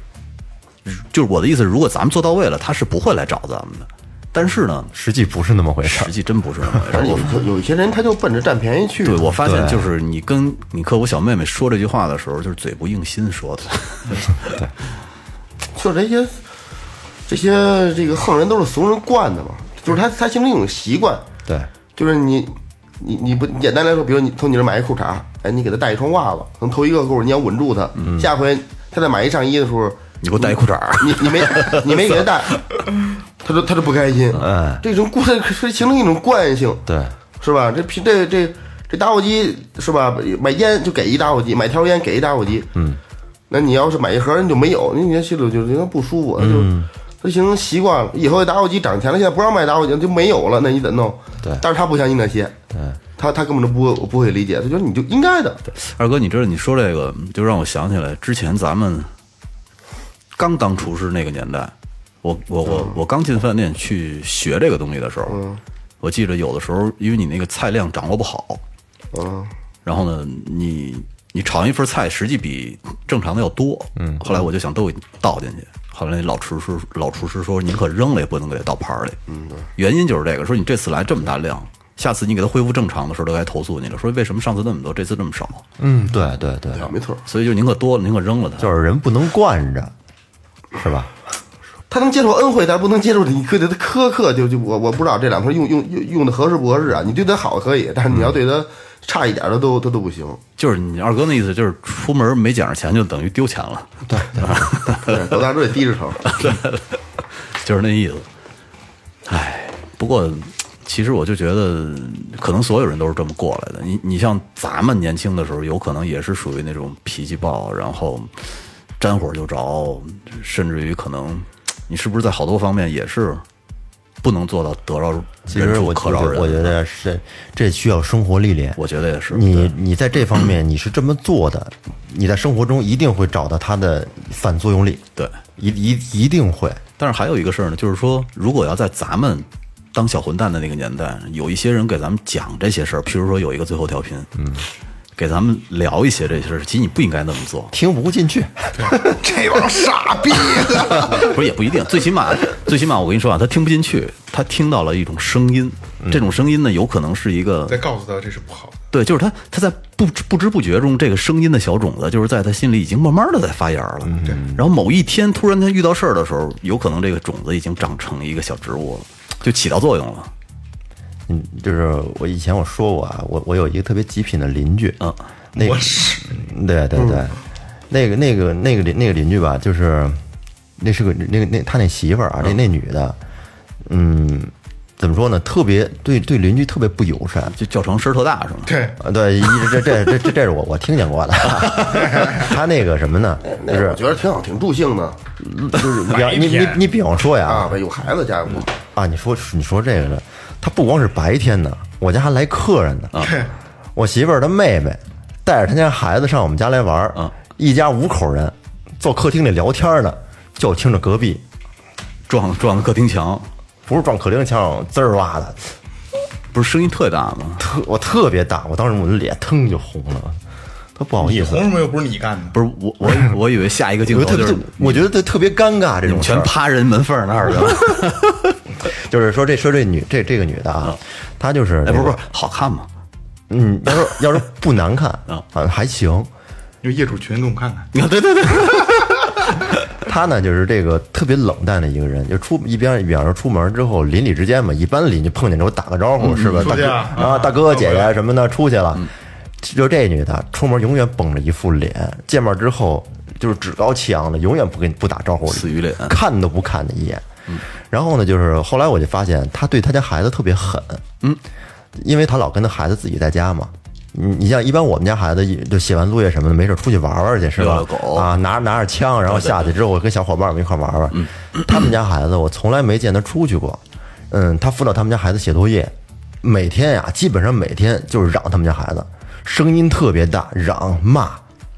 [SPEAKER 5] 就是我的意思，如果咱们做到位了，他是不会来找咱们的。但是呢，
[SPEAKER 6] 实际不是那么回事儿
[SPEAKER 5] 实。际真不是那么回事
[SPEAKER 4] 而
[SPEAKER 5] 儿。
[SPEAKER 4] 且有
[SPEAKER 5] 我
[SPEAKER 4] 有有一些人他就奔着占便宜去
[SPEAKER 5] 对
[SPEAKER 4] 的，
[SPEAKER 5] 我发现，就是你跟你客服小妹妹说这句话的时候，就是嘴不硬心说的。
[SPEAKER 4] 就这些这些这个横人都是怂人惯的嘛，就是他他形成一种习惯，
[SPEAKER 6] 对，
[SPEAKER 4] 就是你你你不简单来说，比如你从你这儿买一裤衩，哎，你给他带一双袜子，可能头一个购物你要稳住他，下回他再买一上衣的时候，
[SPEAKER 5] 嗯你给我带一裤衩儿
[SPEAKER 4] 你 你没你没给他带，他就他就不开心，哎，这种惯是形成一种惯性，
[SPEAKER 6] 对，
[SPEAKER 4] 是吧？这皮这这这打火机是吧？买烟就给一打火机，买条烟给一打火机，嗯，那你要是买一盒，你就没有，你你心里就觉得不舒服，他就。他形成习惯了，以后打火机涨钱了，现在不让卖打火机就没有了，那你怎么弄？对，但是他不相信那些，对，他他根本就不会不会理解，他觉得你就应该的，
[SPEAKER 5] 二哥，你知道你说这个，就让我想起来之前咱们刚当厨师那个年代，我我我我刚进饭店去学这个东西的时候，我记着有的时候，因为你那个菜量掌握不好，
[SPEAKER 4] 嗯，
[SPEAKER 5] 然后呢，你你炒一份菜实际比正常的要多，嗯，后来我就想都给倒进去。后来那老厨师老厨师说：“您可扔了也不能给它倒盘儿里。”嗯，原因就是这个，说你这次来这么大量，下次你给它恢复正常的时候，都该投诉你了，说为什么上次那么多，这次这么少？
[SPEAKER 6] 嗯，对对对，
[SPEAKER 4] 啊没错，
[SPEAKER 5] 所以就宁可多了，宁可扔了它。
[SPEAKER 6] 就是人不能惯着，是吧？
[SPEAKER 5] 啊
[SPEAKER 4] 他能接受恩惠，但不能接受你对他的苛刻。就就我我不知道这两头用用用用的合适不合适啊？你对他好可以，但是你要对他差一点儿，他都他都不行。
[SPEAKER 5] 就是你二哥那意思，就是出门没捡着钱就等于丢钱了，
[SPEAKER 4] 对老大都得低着头。
[SPEAKER 5] 就是那意思。唉，不过其实我就觉得，可能所有人都是这么过来的。你你像咱们年轻的时候，有可能也是属于那种脾气暴，然后沾火就着，甚至于可能你是不是在好多方面也是不能做到得饶
[SPEAKER 6] 其
[SPEAKER 5] 人
[SPEAKER 6] 实
[SPEAKER 5] 处
[SPEAKER 6] 我
[SPEAKER 5] 可
[SPEAKER 6] 觉
[SPEAKER 5] 饶
[SPEAKER 6] 得
[SPEAKER 5] 人。
[SPEAKER 6] 我觉得是这需要生活历练。
[SPEAKER 5] 我觉得也是
[SPEAKER 6] 你你在这方面你是这么做的，你在生活中一定会找到它的反作用力。
[SPEAKER 5] 对，
[SPEAKER 6] 一一一定会。，
[SPEAKER 5] 但是还有一个事儿呢，就是说，如果要在咱们当小混蛋的那个年代，有一些人给咱们讲这些事儿，譬如说有一个最后调频，嗯，给咱们聊一些这些事儿，其实你不应该那么做
[SPEAKER 6] 听不进去，
[SPEAKER 3] 这帮傻逼的，
[SPEAKER 5] 不是也不一定，最起 码最起码我跟你说啊，他听不进去，他听到了一种声音，这种声音呢，有可能是一个
[SPEAKER 3] 再告诉他这是不好的。
[SPEAKER 5] 对，就是他，他在不知不知不觉中，这个声音的小种子，就是在他心里已经慢慢的在发芽了。嗯对，然后某一天突然他遇到事儿的时候，有可能这个种子已经长成一个小植物了，就起到作用了。
[SPEAKER 6] 嗯，就是我以前我说过啊，我我有一个特别极品的邻居，
[SPEAKER 5] 嗯，
[SPEAKER 6] 那个是，对对
[SPEAKER 4] 嗯
[SPEAKER 6] 对，那个那个那个邻那个邻居吧，就是那是个那个那他那媳妇儿啊，那那女的，嗯，怎么说呢？特别对对邻居特别不友善，
[SPEAKER 5] 就叫成声儿特大是吗？
[SPEAKER 3] 对，
[SPEAKER 6] 啊，对，一这这这这这是我我听见过的。 他那个什么呢？就
[SPEAKER 4] 那我
[SPEAKER 6] 是
[SPEAKER 4] 觉得挺好，挺助兴的
[SPEAKER 6] 就是比方你你你比方说
[SPEAKER 4] 啊
[SPEAKER 6] 呀，
[SPEAKER 4] 有孩子家里
[SPEAKER 6] 啊，你说你说这个呢，他不光是白天呢，我家还来客人呢。
[SPEAKER 5] 啊
[SPEAKER 6] 我媳妇儿她妹妹带着她家孩子上我们家来玩儿
[SPEAKER 5] 啊，
[SPEAKER 6] 一家五口人坐客厅里聊天呢，就听着隔壁
[SPEAKER 5] 撞撞客厅墙，
[SPEAKER 6] 不是撞客厅墙滋儿哇的，
[SPEAKER 5] 不是声音特大吗？
[SPEAKER 6] 特我特别大，我当时我的脸腾就红了，他不好意思
[SPEAKER 3] 红，什么又不是你干的？
[SPEAKER 5] 不是我我 我以为下一个镜
[SPEAKER 6] 我
[SPEAKER 5] 头
[SPEAKER 6] 觉得特
[SPEAKER 5] 就
[SPEAKER 6] 别
[SPEAKER 5] 是
[SPEAKER 6] 特我觉得这特别尴尬，这
[SPEAKER 5] 你
[SPEAKER 6] 种
[SPEAKER 5] 们
[SPEAKER 6] 事儿
[SPEAKER 5] 全趴人门缝儿那儿 了。
[SPEAKER 6] 就是说这说这女这这个女的啊，她就是
[SPEAKER 5] 哎，
[SPEAKER 6] 那
[SPEAKER 5] 不
[SPEAKER 6] 个
[SPEAKER 5] 是不是，好看吗？
[SPEAKER 6] 嗯，要是要是不难看
[SPEAKER 5] 啊
[SPEAKER 6] 啊还行，
[SPEAKER 3] 就业主群众看看，
[SPEAKER 5] 你看，对对对，
[SPEAKER 6] 她呢就是这个特别冷淡的一个人，就出一边比方说出门之后，邻里之间嘛，一般邻居碰见之后打个招呼是吧？
[SPEAKER 3] 出
[SPEAKER 6] 大
[SPEAKER 3] 去
[SPEAKER 6] 哥
[SPEAKER 3] 啊
[SPEAKER 6] 啊，大哥姐姐什么的出去了，就这女的出门永远绷着一副脸，见面之后就是趾高气扬的，永远不跟不打招呼，
[SPEAKER 5] 死鱼脸
[SPEAKER 6] 看都不看你一眼。然后呢，就是后来我就发现她对她家孩子特别狠，嗯，因为她老跟她孩子自己在家嘛。你你像一般我们家孩子一就写完作业什么的，没事出去玩玩去是吧
[SPEAKER 5] 遛遛？狗
[SPEAKER 6] 啊，拿拿着枪，然后下去之后跟小伙伴们一块玩玩。
[SPEAKER 5] 嗯
[SPEAKER 6] 他们家孩子我从来没见他出去过，嗯，他辅导他们家孩子写作业，每天呀、基本上每天就是嚷他们家孩子，声音特别大，嚷骂，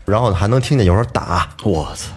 [SPEAKER 6] 然后还能听见有时候打，
[SPEAKER 5] 我操，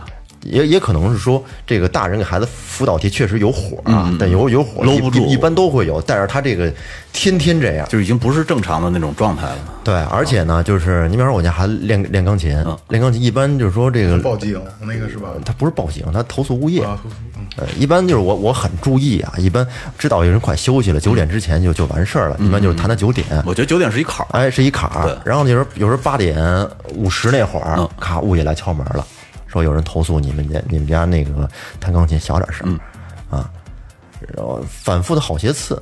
[SPEAKER 6] 也也可能是说，这个大人给孩子辅导题确实有火啊，但有有火
[SPEAKER 5] 嗯搂
[SPEAKER 6] 一
[SPEAKER 5] 不住
[SPEAKER 6] 一，一般都会有。但是他这个天天这样，
[SPEAKER 5] 就已经不是正常的那种状态了。
[SPEAKER 6] 对，而且呢，就是你比方说我家孩子练练钢琴，练钢琴一般就是说这个
[SPEAKER 3] 报警那个是吧？
[SPEAKER 6] 他不是报警，他投诉物业。
[SPEAKER 3] 啊，嗯
[SPEAKER 6] 呃，一般就是我我很注意啊，一般知道有人快休息了，九点之前就就完事儿了，一般就是谈到九点。
[SPEAKER 5] 我觉得九点是一坎儿，
[SPEAKER 6] 哎，是一坎儿
[SPEAKER 5] 嗯对。
[SPEAKER 6] 然后有时候有时候八点五十那会儿，咔，物业来敲门了，说有人投诉你们家你们家那个弹钢琴小点声儿、啊，然后反复的好些次，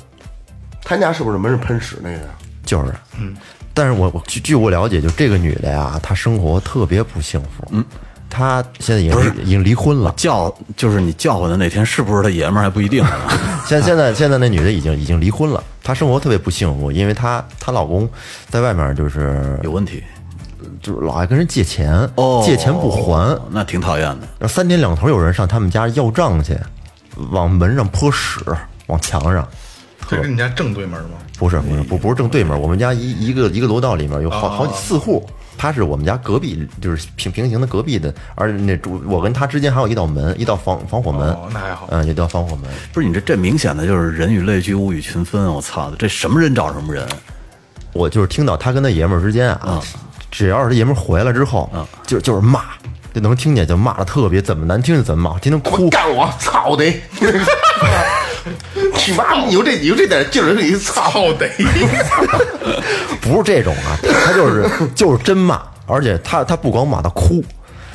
[SPEAKER 4] 他家是不是门是喷屎那个呀？
[SPEAKER 6] 就是，嗯，但是我我据据我了解，就这个女的呀，她生活特别不幸福，嗯，她现在已经离已经离婚了，
[SPEAKER 5] 叫就是你叫唤的那天是不是他爷们儿还不一定呢。
[SPEAKER 6] 现现在现在那女的已经已经离婚了，她生活特别不幸福，因为她她老公在外面就是
[SPEAKER 5] 有问题
[SPEAKER 6] 就是老爱跟人借钱，
[SPEAKER 5] 哦，
[SPEAKER 6] 借钱不还，
[SPEAKER 5] 那挺讨厌的。
[SPEAKER 6] 然后三天两头有人上他们家要账去，往门上泼屎，往墙上。
[SPEAKER 3] 这跟你家正对门吗？
[SPEAKER 6] 不是不是不不是正对门，我们家一一个一个楼道里面有好好几四户，他是我们家隔壁，就是平平行的隔壁的，而那主我跟他之间还有一道门，一道防防火门。
[SPEAKER 3] 哦那还好
[SPEAKER 6] 嗯，一道防火门。
[SPEAKER 5] 不是你这这明显的就是人以类聚，物以群分。我操，这什么人找什么人？
[SPEAKER 6] 我就是听到他跟他爷们儿之间啊，只要是他爷们儿回来之后，就就是骂，就能听见，就骂的特别怎么难听就怎么骂，天天哭。
[SPEAKER 4] 干我操的！你妈！你就这你就这点劲儿，你操的！
[SPEAKER 6] 不是这种啊，他就是就是真骂，而且他他不光骂，他哭，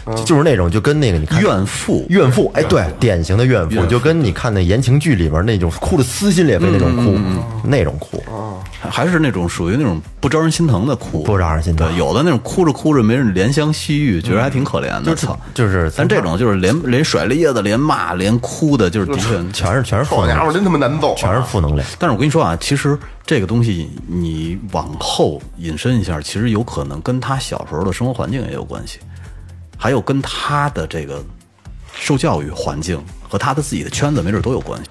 [SPEAKER 6] 就就是那种就跟那个你看
[SPEAKER 5] 怨妇
[SPEAKER 6] 怨妇，哎，对，典型的怨妇，就跟你看那言情剧里边那种哭的撕心裂肺那种哭，那种哭，
[SPEAKER 5] 还还是那种属于那种不招人心疼的哭，
[SPEAKER 6] 不招人心疼
[SPEAKER 5] 对，有的那种哭着哭着没人怜香惜玉，觉得还挺可怜的。操、
[SPEAKER 6] 就是
[SPEAKER 5] 但这种就是连 连甩了叶子，连骂，连哭的，就是的确。
[SPEAKER 6] 全 是全是负
[SPEAKER 4] 好
[SPEAKER 6] 能
[SPEAKER 4] 家伙，
[SPEAKER 6] 量，
[SPEAKER 4] 真他妈难揍！啊
[SPEAKER 6] 全是负能量。
[SPEAKER 5] 但是我跟你说啊，其实这个东西你往后引申一下，其实有可能跟他小时候的生活环境也有关系，还有跟他的这个受教育环境和他的自己的圈子没准都有关系。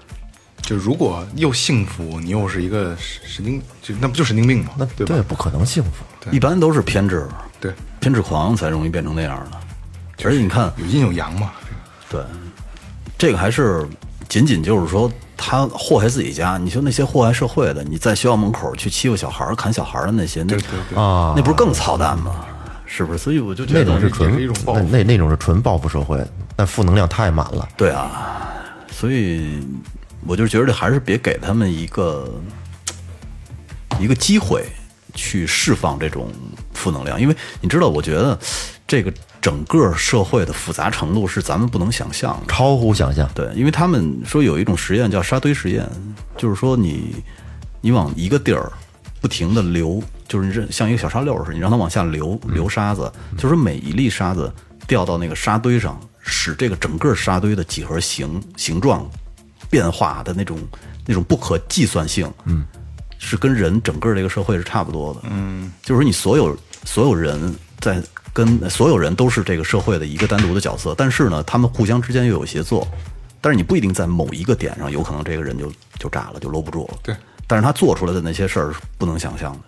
[SPEAKER 3] 就如果又幸福，你又是一个神神经，就那不就神经病吗？
[SPEAKER 6] 那
[SPEAKER 3] 对吧？
[SPEAKER 6] 不可能幸福。
[SPEAKER 5] 一般都是偏执，
[SPEAKER 3] 对，
[SPEAKER 5] 偏执狂才容易变成那样的。而且你看，
[SPEAKER 3] 有阴有阳嘛。
[SPEAKER 5] 对，这个还是仅仅就是说他祸害自己家。你说那些祸害社会的，你在学校门口去欺负小孩儿、砍小孩儿的那些，那
[SPEAKER 3] 对对对
[SPEAKER 5] 啊，那不是更操蛋吗？是不是？所以我就觉
[SPEAKER 6] 那
[SPEAKER 5] 得
[SPEAKER 6] 种是纯
[SPEAKER 3] 也是一种报复
[SPEAKER 6] 那那那种是纯报复社会，但负能量太满了。
[SPEAKER 5] 对啊，所以我就觉得还是别给他们一个一个机会去释放这种负能量，因为你知道，我觉得这个整个社会的复杂程度是咱们不能想象的。
[SPEAKER 6] 超乎想象，
[SPEAKER 5] 对，因为他们说有一种实验叫沙堆实验，就是说你你往一个地儿不停的流，就是你这像一个小沙漏似的，你让它往下流流沙子，就是每一粒沙子掉到那个沙堆上，使这个整个沙堆的几何形形状变化的那种那种不可计算性，嗯，是跟人整个这个社会是差不多的，嗯，就是你所有所有人在跟所有人都是这个社会的一个单独的角色，但是呢，他们互相之间又有协作，但是你不一定在某一个点上，有可能这个人就就炸了，就搂不住了，
[SPEAKER 3] 对，
[SPEAKER 5] 但是他做出来的那些事儿是不能想象的，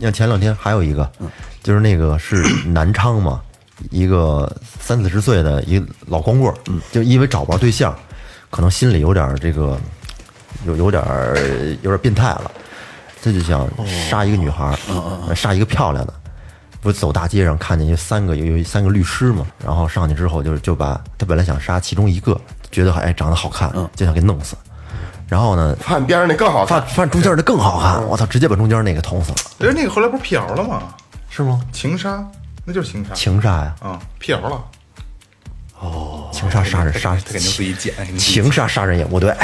[SPEAKER 6] 像前两天还有一个，就是那个 是南昌嘛，一个三四十岁的一老光棍儿，就因为找不着对象，可能心里有点儿这个，有有点儿有点儿变态了，他就想杀一个女孩儿，呃杀一个漂亮的。不是走大街上看见有三个有有三个律师嘛，然后上去之后就就把他本来想杀其中一个，觉得哎长得好看，就想给弄死，然后呢
[SPEAKER 4] 看边上那更好
[SPEAKER 6] 发
[SPEAKER 4] 看，
[SPEAKER 6] 发现中间那更好看，我操，直接把中间那个捅死了，
[SPEAKER 3] 但哎是那个后来不是辟谣了吗？
[SPEAKER 6] 是吗？
[SPEAKER 3] 情杀，那就是情杀。
[SPEAKER 6] 情杀呀，
[SPEAKER 3] 啊，辟谣了。
[SPEAKER 6] 情杀杀人杀
[SPEAKER 3] 他肯定自己剪，肯定自己
[SPEAKER 6] 情杀杀人也不对，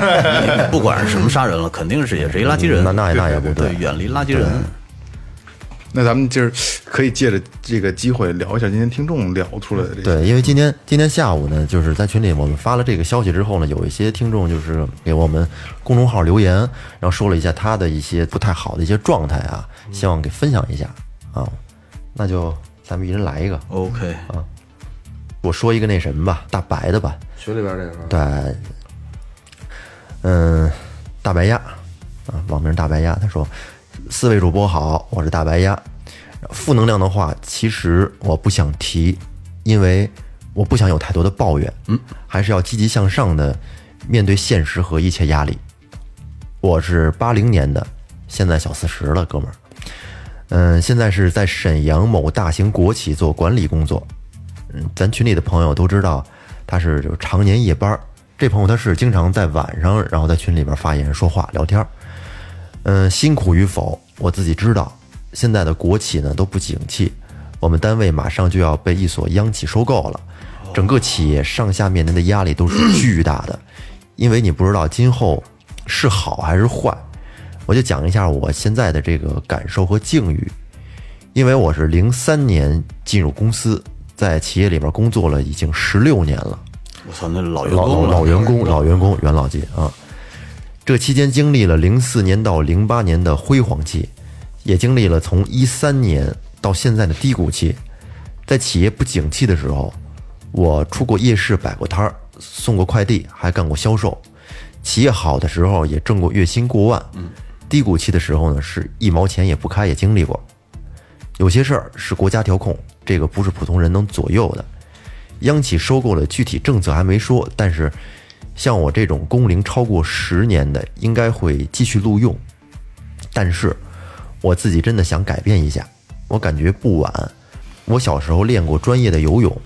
[SPEAKER 5] 不管是什么杀人了，肯定是也是一垃圾人，
[SPEAKER 6] 嗯那那也那也不
[SPEAKER 5] 对，
[SPEAKER 6] 对，
[SPEAKER 5] 远离垃圾人。
[SPEAKER 3] 那咱们就是可以借着这个机会聊一下今天听众聊出来的这些。
[SPEAKER 6] 对，因为今天今天下午呢，就是在群里我们发了这个消息之后呢，有一些听众就是给我们公众号留言，然后说了一下他的一些不太好的一些状态啊，希望给分享一下啊，那就咱们一人来一个，
[SPEAKER 5] OK，
[SPEAKER 6] 啊我说一个那什么吧，大白的吧，
[SPEAKER 4] 群里边这个
[SPEAKER 6] 对，嗯，大白鸭啊，网名大白鸭，他说：“四位主播好，我是大白鸭。负能量的话，其实我不想提，因为我不想有太多的抱怨，嗯，还是要积极向上的面对现实和一切压力。我是八零年的，现在小四十了，哥们儿。”嗯，现在是在沈阳某大型国企做管理工作。嗯，咱群里的朋友都知道，他是就是常年夜班儿。这朋友他是经常在晚上，然后在群里边发言、说话、聊天儿。嗯，辛苦与否，我自己知道。现在的国企呢都不景气，我们单位马上就要被一所央企收购了，整个企业上下面临的压力都是巨大的，因为你不知道今后是好还是坏。我就讲一下我现在的这个感受和境遇，因为我是零三年进入公司，在企业里边工作了已经十六年了。
[SPEAKER 5] 我操，那老员
[SPEAKER 6] 老
[SPEAKER 5] 工
[SPEAKER 6] 老
[SPEAKER 5] 了，
[SPEAKER 6] 老员工，老员工，元老级啊。这期间经历了零四年到零八年的辉煌期，也经历了从一三年到现在的低谷期。在企业不景气的时候，我出过夜市摆过摊儿，送过快递，还干过销售。企业好的时候也挣过月薪过万，低谷期的时候呢是一毛钱也不开也经历过。有些事儿是国家调控，这个不是普通人能左右的。央企收购了，具体政策还没说，但是像我这种工龄超过十年的，应该会继续录用。但是我自己真的想改变一下，我感觉不晚。我小时候练过专业的游泳，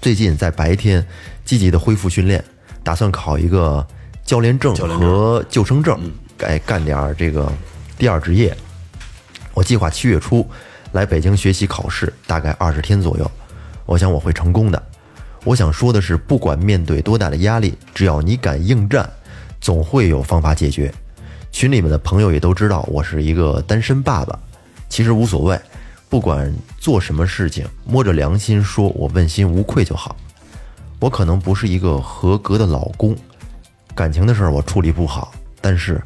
[SPEAKER 6] 最近在白天积极的恢复训练，打算考一个教练证和救生证，改干点儿这个第二职业。我计划七月初来北京学习考试，大概二十天左右。我想我会成功的。我想说的是，不管面对多大的压力，只要你敢应战，总会有方法解决。群里面的朋友也都知道我是一个单身爸爸，其实无所谓，不管做什么事情，摸着良心说，我问心无愧就好。我可能不是一个合格的老公，感情的事儿我处理不好，但是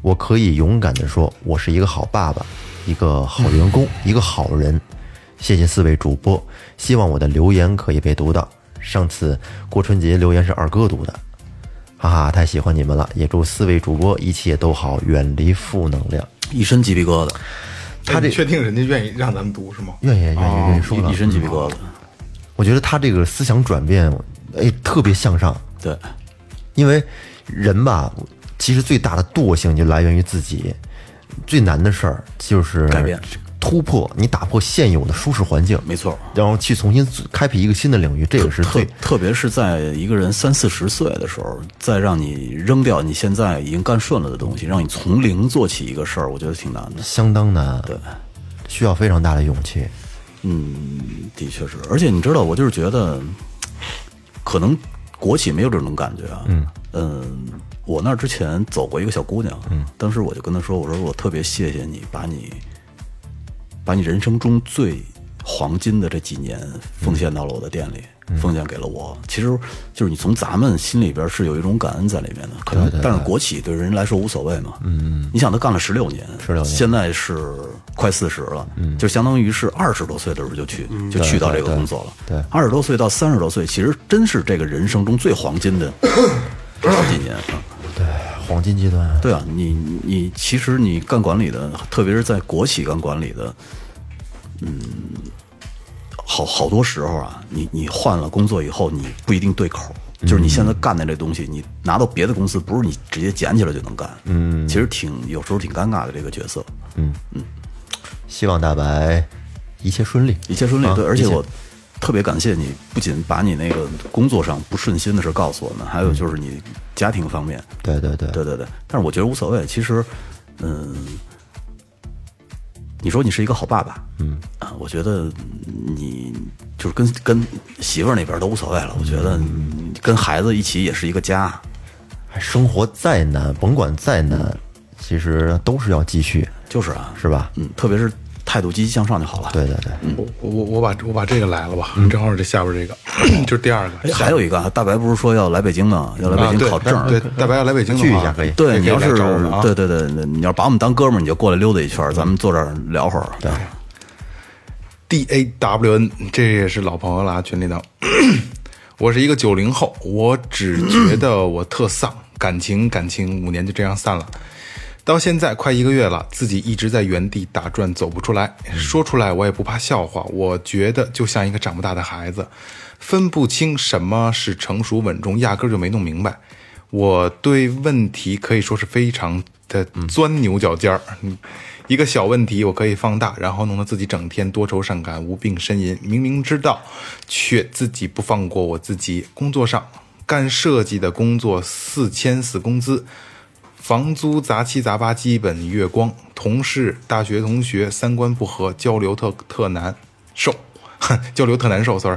[SPEAKER 6] 我可以勇敢地说，我是一个好爸爸，一个好员工，一个好人。谢谢四位主播，希望我的留言可以被读到。上次过春节留言是二哥读的，哈哈，太喜欢你们了，也祝四位主播一切都好，远离负能量。
[SPEAKER 5] 一身鸡皮疙瘩，
[SPEAKER 6] 他这
[SPEAKER 3] 哎你确定人家愿意让咱们读是吗？
[SPEAKER 6] 愿意愿意愿意说了嗯
[SPEAKER 5] 一一，身鸡皮疙瘩，
[SPEAKER 6] 我觉得他这个思想转变，哎，特别向上。
[SPEAKER 5] 对，
[SPEAKER 6] 因为人吧，其实最大的惰性就来源于自己，最难的事儿就是
[SPEAKER 5] 改变、
[SPEAKER 6] 突破，你打破现有的舒适环境，
[SPEAKER 5] 没错
[SPEAKER 6] 然后去重新开辟一个新的领域，这个是
[SPEAKER 5] 特
[SPEAKER 6] 最
[SPEAKER 5] 特别是在一个人三四十岁的时候，再让你扔掉你现在已经干顺了的东西，让你从零做起一个事儿，我觉得挺难的。
[SPEAKER 6] 相当难，对，需要非常大的勇气。
[SPEAKER 5] 的确是，而且你知道，我就是觉得，可能国企没有这种感觉啊。嗯我那儿之前走过一个小姑娘，嗯，当时我就跟她说，我说我特别谢谢你，把你把你人生中最黄金的这几年奉献到了我的店里，奉献给了我。其实就是你从咱们心里边是有一种感恩在里面的，可能但是国企对人来说无所谓嘛。嗯嗯，你想他干了十六年，十六年，现在是快四十了，嗯，就相当于是二十多岁的时候就去、就去到这个工作了。对，二十多岁到三十多岁，其实真是这个人生中最黄金的这十几年啊。
[SPEAKER 6] 哎黄金阶段，
[SPEAKER 5] 对啊，你你其实你干管理的，特别是在国企干管理的，嗯，好好多时候啊，你你换了工作以后，你不一定对口儿。就是
[SPEAKER 6] 嗯
[SPEAKER 5] 你现在干的这东西，你拿到别的公司，不是你直接捡起来就能干。嗯，其实挺有时候挺尴尬的这个角色。
[SPEAKER 6] 希望大白一切顺利，
[SPEAKER 5] 一切顺利。
[SPEAKER 6] 啊
[SPEAKER 5] 对，而且
[SPEAKER 6] 一切
[SPEAKER 5] 我特别感谢你，不仅把你那个工作上不顺心的事告诉我们，还有就是你家庭方面，
[SPEAKER 6] 对对对
[SPEAKER 5] 对对对，但是我觉得无所谓。其实，嗯，你说你是一个好爸爸，嗯啊，我觉得你就是跟跟媳妇儿那边都无所谓了。我觉得你跟孩子一起也是一个家，
[SPEAKER 6] 哎生活再难，甭管再难，其实都是要继续，
[SPEAKER 5] 就是啊，
[SPEAKER 6] 是吧？
[SPEAKER 5] 嗯，特别是态度积极向上就好了。
[SPEAKER 6] 对对对，
[SPEAKER 5] 嗯
[SPEAKER 3] 我我我我把我把这个来了吧，正好是这下边这个， 就是第二
[SPEAKER 5] 哎，
[SPEAKER 3] 个。
[SPEAKER 5] 还有一个啊，大白不是说要来北京呢，要来
[SPEAKER 3] 啊，
[SPEAKER 5] 北京
[SPEAKER 3] 对
[SPEAKER 5] 考证儿，
[SPEAKER 3] 对，大白要来北京的话
[SPEAKER 6] 聚一下可以
[SPEAKER 5] 对你要
[SPEAKER 3] 也
[SPEAKER 5] 是
[SPEAKER 3] 可以来找我们啊
[SPEAKER 5] 对对对，你要把我们当哥们儿，你就过来溜达一圈儿，咱们坐这儿聊会儿。对，
[SPEAKER 3] D A W N，这也是老朋友了啊，群里的。 我是一个九零后，我只觉得我特丧，感情感情五年就这样散了。到现在快一个月了，自己一直在原地打转，走不出来。说出来我也不怕笑话，我觉得就像一个长不大的孩子，分不清什么是成熟稳重，压根儿就没弄明白。我对问题可以说是非常的钻牛角尖儿，嗯一个小问题我可以放大，然后弄得自己整天多愁善感、无病呻吟。明明知道，却自己不放过我自己。工作上干设计的工作，四千四工资，房租杂七杂八，基本月光。同事、大学同学三观不合，交流特特难受， 交流特难受，sorry。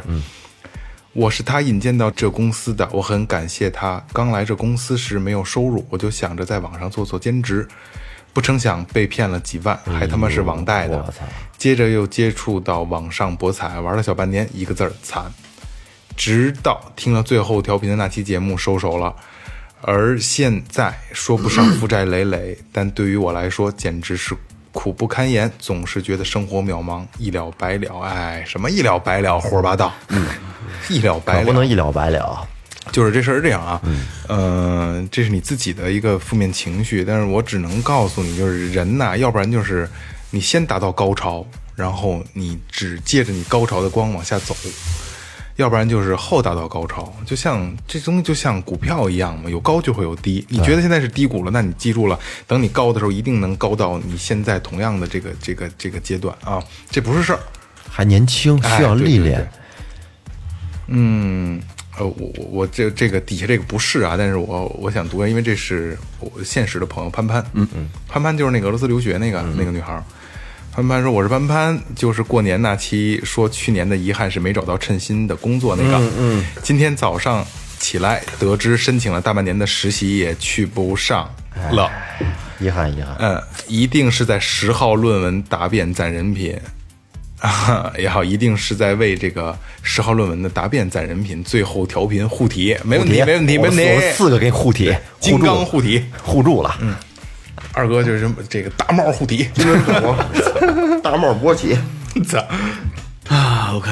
[SPEAKER 3] 我是他引荐到这公司的，我很感谢他。刚来这公司时没有收入，我就想着在网上做做兼职，不成想被骗了几万，还他妈是网贷的。接着又接触到网上博彩，玩了小半年，一个字儿惨。直到听了最后调频的那期节目收手了。而现在说不上负债累累，但对于我来说简直是苦不堪言，总是觉得生活渺茫，一了百了。哎，什么一了百了，胡说八道，一了百
[SPEAKER 6] 可不
[SPEAKER 3] 了
[SPEAKER 6] 能。一了百了。
[SPEAKER 3] 就是这事儿是这样啊，嗯、呃，这是你自己的一个负面情绪，但是我只能告诉你，就是人呐、要不然就是你先达到高潮，然后你只借着你高潮的光往下走，要不然就是后达到高潮。就像这东西就像股票一样嘛，有高就会有低。你觉得现在是低谷了，那你记住了，等你高的时候一定能高到你现在同样的这个这个这个阶段啊，这不是事儿。
[SPEAKER 6] 还年轻，
[SPEAKER 3] 哎
[SPEAKER 6] 需要历练。
[SPEAKER 3] 对对对嗯，呃，我我我这这个底下这个不是啊，但是我我想读，因为这是我现实的朋友潘潘，嗯嗯，潘潘就是那个俄罗斯留学那个、那个女孩儿。潘潘说：“我是潘潘，就是过年那期说去年的遗憾是没找到称心的工作那个。嗯，今天早上起来得知申请了大半年的实习也去不上了。
[SPEAKER 6] 遗憾遗憾，
[SPEAKER 3] 嗯，一定是在十号论文答辩攒人品， 啊，也好，一定是在为这个十号论文的答辩攒人品，最后调频护体，没问题，没问题，
[SPEAKER 6] 我
[SPEAKER 3] 没问
[SPEAKER 6] 我
[SPEAKER 3] 题。
[SPEAKER 6] 四个给护体，
[SPEAKER 3] 金刚
[SPEAKER 6] 护
[SPEAKER 3] 护体，嗯
[SPEAKER 6] 住护住了。
[SPEAKER 3] 二哥就是这个大帽护 体，
[SPEAKER 4] 金人狗， 大帽勃起，
[SPEAKER 3] 操！
[SPEAKER 5] 啊，OK，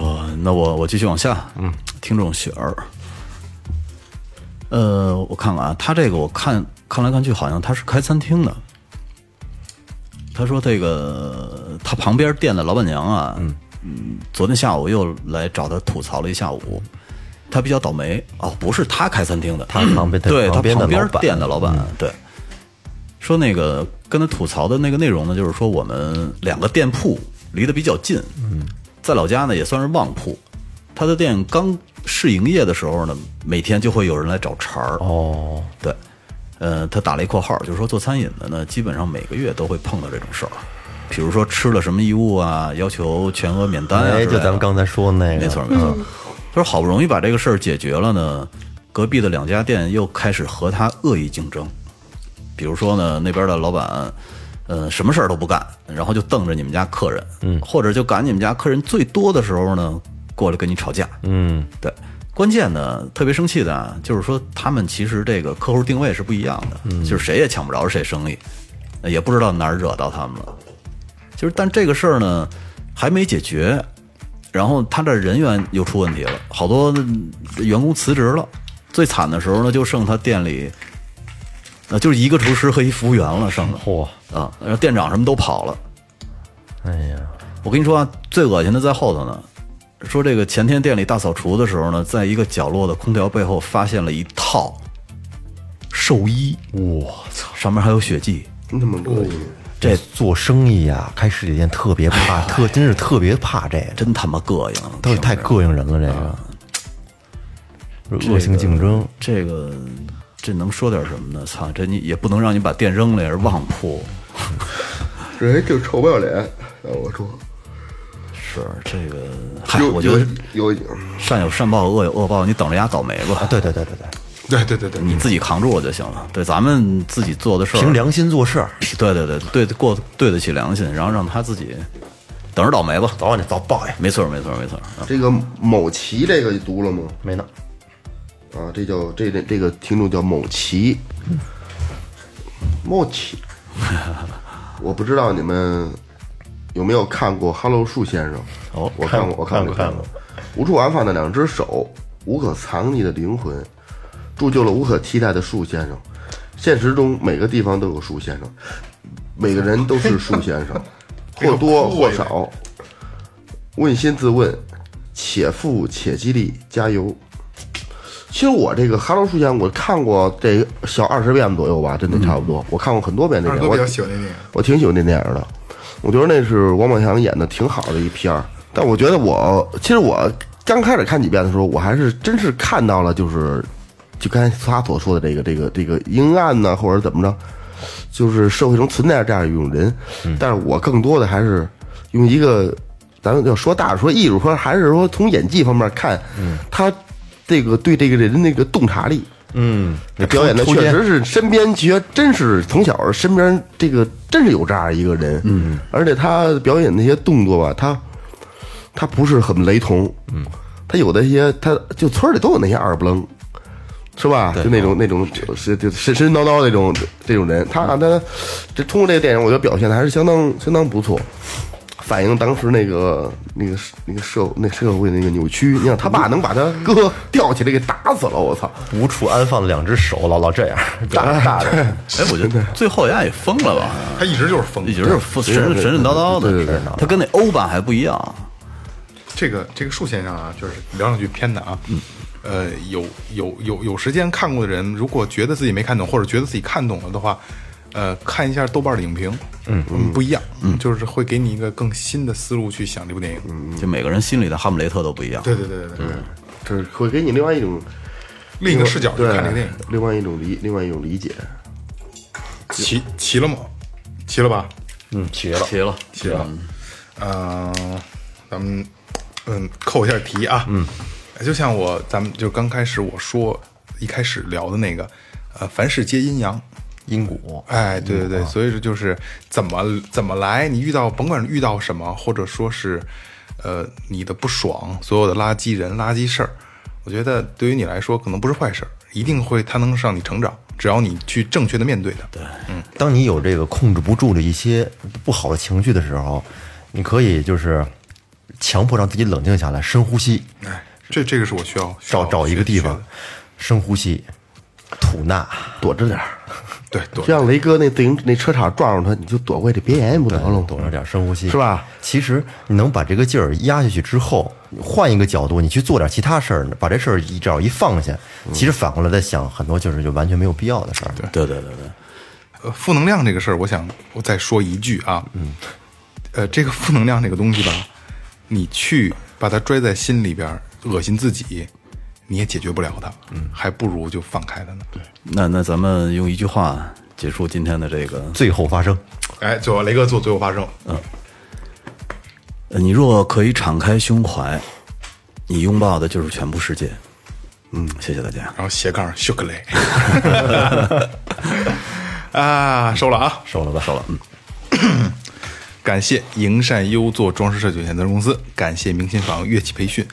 [SPEAKER 5] 我那我我继续往下，嗯，听众雪儿，呃，我看看啊，他这个我看看来看去，好像他是开餐厅的。他说这个他旁边店的老板娘啊，嗯昨天下午又来找他吐槽了一下午。他比较倒霉哦，不是他开餐厅的，
[SPEAKER 6] 他旁边的
[SPEAKER 5] 对他
[SPEAKER 6] 旁边的
[SPEAKER 5] 旁边
[SPEAKER 6] 老板
[SPEAKER 5] 店的老板、对。说那个跟他吐槽的那个内容呢，就是说我们两个店铺离得比较近，嗯，在老家呢也算是旺铺。他的店刚试营业的时候呢，每天就会有人来找茬儿。哦，对，呃，他打了一括号，就是说做餐饮的呢，基本上每个月都会碰到这种事儿，比如说吃了什么异物啊，要求全额免单啊之类
[SPEAKER 6] 哎，
[SPEAKER 5] 的，
[SPEAKER 6] 就咱们刚才说的那个，
[SPEAKER 5] 没错，没错。嗯他说好不容易把这个事儿解决了呢，隔壁的两家店又开始和他恶意竞争。比如说呢，那边的老板，呃，什么事儿都不干，然后就瞪着你们家客人，嗯，或者就赶你们家客人最多的时候呢，过来跟你吵架，嗯，对。关键呢，特别生气的啊，就是说他们其实这个客户定位是不一样的，就是谁也抢不着谁生意，呃也不知道哪儿惹到他们了。就是但这个事儿呢还没解决，然后他这人员又出问题了，好多员工辞职了。最惨的时候呢，就剩他店里，呃，就是一个厨师和一服务员了，剩的
[SPEAKER 6] 嚯，
[SPEAKER 5] 啊，然后店长什么都跑了。
[SPEAKER 6] 哎呀，
[SPEAKER 5] 我跟你说啊，最恶心的在后头呢。说这个前天店里大扫除的时候呢，在一个角落的空调背后发现了一套寿衣，我操，上面还有血迹，
[SPEAKER 4] 真他妈恶心！
[SPEAKER 6] 这做生意呀、开实体店特别怕，特真是特别怕这个，
[SPEAKER 5] 真他妈膈应，
[SPEAKER 6] 都是太膈应人
[SPEAKER 3] 啊
[SPEAKER 6] 了，这个恶性竞争。
[SPEAKER 5] 这个这能说点什么呢？操，这你也不能让你把店扔了，也是旺铺。
[SPEAKER 4] 人就臭不要脸，让我说，
[SPEAKER 5] 是这个，嗨，
[SPEAKER 4] 有
[SPEAKER 5] 哎我觉得
[SPEAKER 4] 有有
[SPEAKER 5] 善有善报，恶有恶报，你等着丫倒霉吧。
[SPEAKER 6] 对对对对对，
[SPEAKER 3] 对对对对，
[SPEAKER 5] 你自己扛住了就行了。对，咱们自己做的事儿，
[SPEAKER 6] 凭良心做事儿，
[SPEAKER 5] 对对对对，过对得起良心，然后让他自己等着倒霉吧。
[SPEAKER 6] 早晚得遭报应。
[SPEAKER 5] 没错，没错，没错。啊
[SPEAKER 4] 这个某奇这个你读了吗？
[SPEAKER 6] 没呢，
[SPEAKER 4] 啊，这叫这这这个听众叫某奇，某奇，我不知道你们有没有看过《哈喽树先生》？
[SPEAKER 6] 哦
[SPEAKER 4] 我
[SPEAKER 6] 看
[SPEAKER 4] 过，
[SPEAKER 6] 过
[SPEAKER 4] 我看
[SPEAKER 6] 看
[SPEAKER 4] 过
[SPEAKER 6] 过。
[SPEAKER 4] 无处安放的两只手，无可藏匿的灵魂，铸就了无可替代的树先生。现实中每个地方都有树先生，每个人都是树先 生，或多或少。问心自问，且富且激励，加油！其实我这个《哈喽树先生》，我看过这小二十遍左右吧，真的差不多。我看过很多遍这
[SPEAKER 3] 嗯二
[SPEAKER 4] 个，
[SPEAKER 3] 哥
[SPEAKER 4] 我
[SPEAKER 3] 比较喜欢那电影。
[SPEAKER 4] 我挺喜欢那电影的，我觉得那是王宝强演的挺好的一片儿。但我觉得我其实我刚开始看几遍的时候，我还是真是看到了，就是就刚才他所说的这个这个这个阴暗呐，或者怎么着，就是社会中存在着这样一种人。但是我更多的还是用一个，咱们要说大了说艺术，说还是说从演技方面看，他这个对这个人的那个洞察力，
[SPEAKER 6] 嗯，
[SPEAKER 4] 这表演的
[SPEAKER 6] 抽
[SPEAKER 4] 确
[SPEAKER 6] 签
[SPEAKER 4] 实是身边觉真是从小身边这个真是有这样一个人，嗯，而且他表演那些动作吧，他他不是很雷同，嗯，他有的一些他就村儿里都有那些二不愣，是吧？就那种那种是就神神叨叨那种这种人，他他这通过这个电影，我觉得表现的还是相当相当不错。反映当时那个那个那个社那社会那个扭曲，你想他爸能把他哥吊起来给打死了，我操！
[SPEAKER 6] 无处安放的两只手，老老这样，大大 的，
[SPEAKER 5] 哎，我觉得最后丫也疯了吧，
[SPEAKER 3] 他一直就是疯
[SPEAKER 5] 一，直是疯神神神叨叨
[SPEAKER 4] 对对
[SPEAKER 5] 的
[SPEAKER 4] 对。
[SPEAKER 5] 他跟那欧版还不一样。
[SPEAKER 3] 这个这个树先生啊，就是聊两句偏的啊。呃，有有有有时间看过的人，如果觉得自己没看懂，或者觉得自己看懂了的话，呃，看一下豆瓣的影评，嗯，不一样，嗯，就是会给你一个更新的思路去想这部电影。嗯，
[SPEAKER 5] 就每个人心里的哈姆雷特都不一样。
[SPEAKER 3] 对对对对对，
[SPEAKER 4] 这会给你另外一种
[SPEAKER 3] 另一个视角去
[SPEAKER 4] 对
[SPEAKER 3] 看这个电影。
[SPEAKER 4] 另外一种理，另外一种理解。
[SPEAKER 3] 齐齐了吗？齐了吧？
[SPEAKER 6] 嗯，绝了，
[SPEAKER 5] 齐了，
[SPEAKER 3] 齐了。嗯、咱们嗯扣一下题啊。嗯，就像我咱们就刚开始我说一开始聊的那个，呃，凡事皆阴阳。
[SPEAKER 6] 阴骨，
[SPEAKER 3] 哎，对对
[SPEAKER 6] 嗯啊
[SPEAKER 3] 对，所以说就是怎么怎么来，你遇到甭管遇到什么，或者说是，呃，你的不爽，所有的垃圾人、垃圾事儿，我觉得对于你来说可能不是坏事儿，一定会它能让你成长，只要你去正确的面对它。对，
[SPEAKER 6] 当你有这个控制不住的一些不好的情绪的时候，你可以就是强迫让自己冷静下来，深呼吸，
[SPEAKER 3] 哎，这这个是我需要需要
[SPEAKER 6] 找找一个地
[SPEAKER 3] 学
[SPEAKER 6] 方
[SPEAKER 3] 的，
[SPEAKER 6] 深呼吸，吐纳，
[SPEAKER 4] 躲着点儿，
[SPEAKER 3] 对，对
[SPEAKER 4] 就，像雷哥那自行那车场撞上他，你就躲过去，别言语不得了吗？
[SPEAKER 6] 躲着点儿，深呼吸，
[SPEAKER 4] 是吧？
[SPEAKER 6] 其实你能把这个劲儿压下去之后，换一个角度，你去做点其他事儿，把这事儿一找一放下，
[SPEAKER 4] 嗯
[SPEAKER 6] 其实反过来再想很多就是就完全没有必要的事儿。对，
[SPEAKER 5] 对对对对，
[SPEAKER 3] 呃，负能量这个事儿，我想我再说一句啊，嗯，呃，这个负能量这个东西吧，你去把它拽在心里边儿，恶心自己，你也解决不了它，嗯，还不如就放开它呢。对，
[SPEAKER 5] 那那咱们用一句话结束今天的这个。
[SPEAKER 6] 最后发生，
[SPEAKER 3] 哎，最后雷哥做最后发声，
[SPEAKER 5] 呃你若可以敞开胸怀，你拥抱的就是全部世界。嗯，谢谢大家。
[SPEAKER 3] 然后斜杠 s h 雷， 啊，收了啊，
[SPEAKER 6] 收了吧，收了。嗯，
[SPEAKER 3] 感谢营善优作装饰设计有限责任公司，感谢明琴坊乐器培训，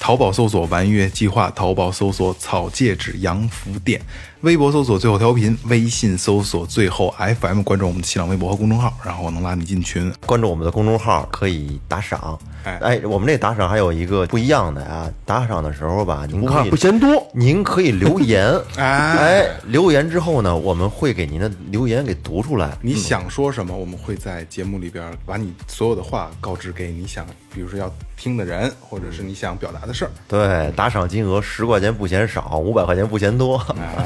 [SPEAKER 3] 淘宝搜索“玩乐计划”，淘宝搜索“草戒指洋服店”，微博搜索“最后调频”，微信搜索“最后 FM”，关注我们的新浪微博和公众号，然后能拉你进群。
[SPEAKER 6] 关注我们的公众号可以打赏。
[SPEAKER 3] 哎
[SPEAKER 6] 哎，我们这打赏还有一个不一样的啊，打赏的时候吧，您可以
[SPEAKER 4] 不嫌多，
[SPEAKER 6] 您可以留言，
[SPEAKER 3] 哎
[SPEAKER 6] 哎，留言之后呢，我们会给您的留言给读出来。
[SPEAKER 3] 你想说什么，我们会在节目里边把你所有的话告知给你想，比如说要听的人，或者是你想表达的事儿。
[SPEAKER 6] 对，打赏金额十块钱不嫌少，五百块钱不嫌多。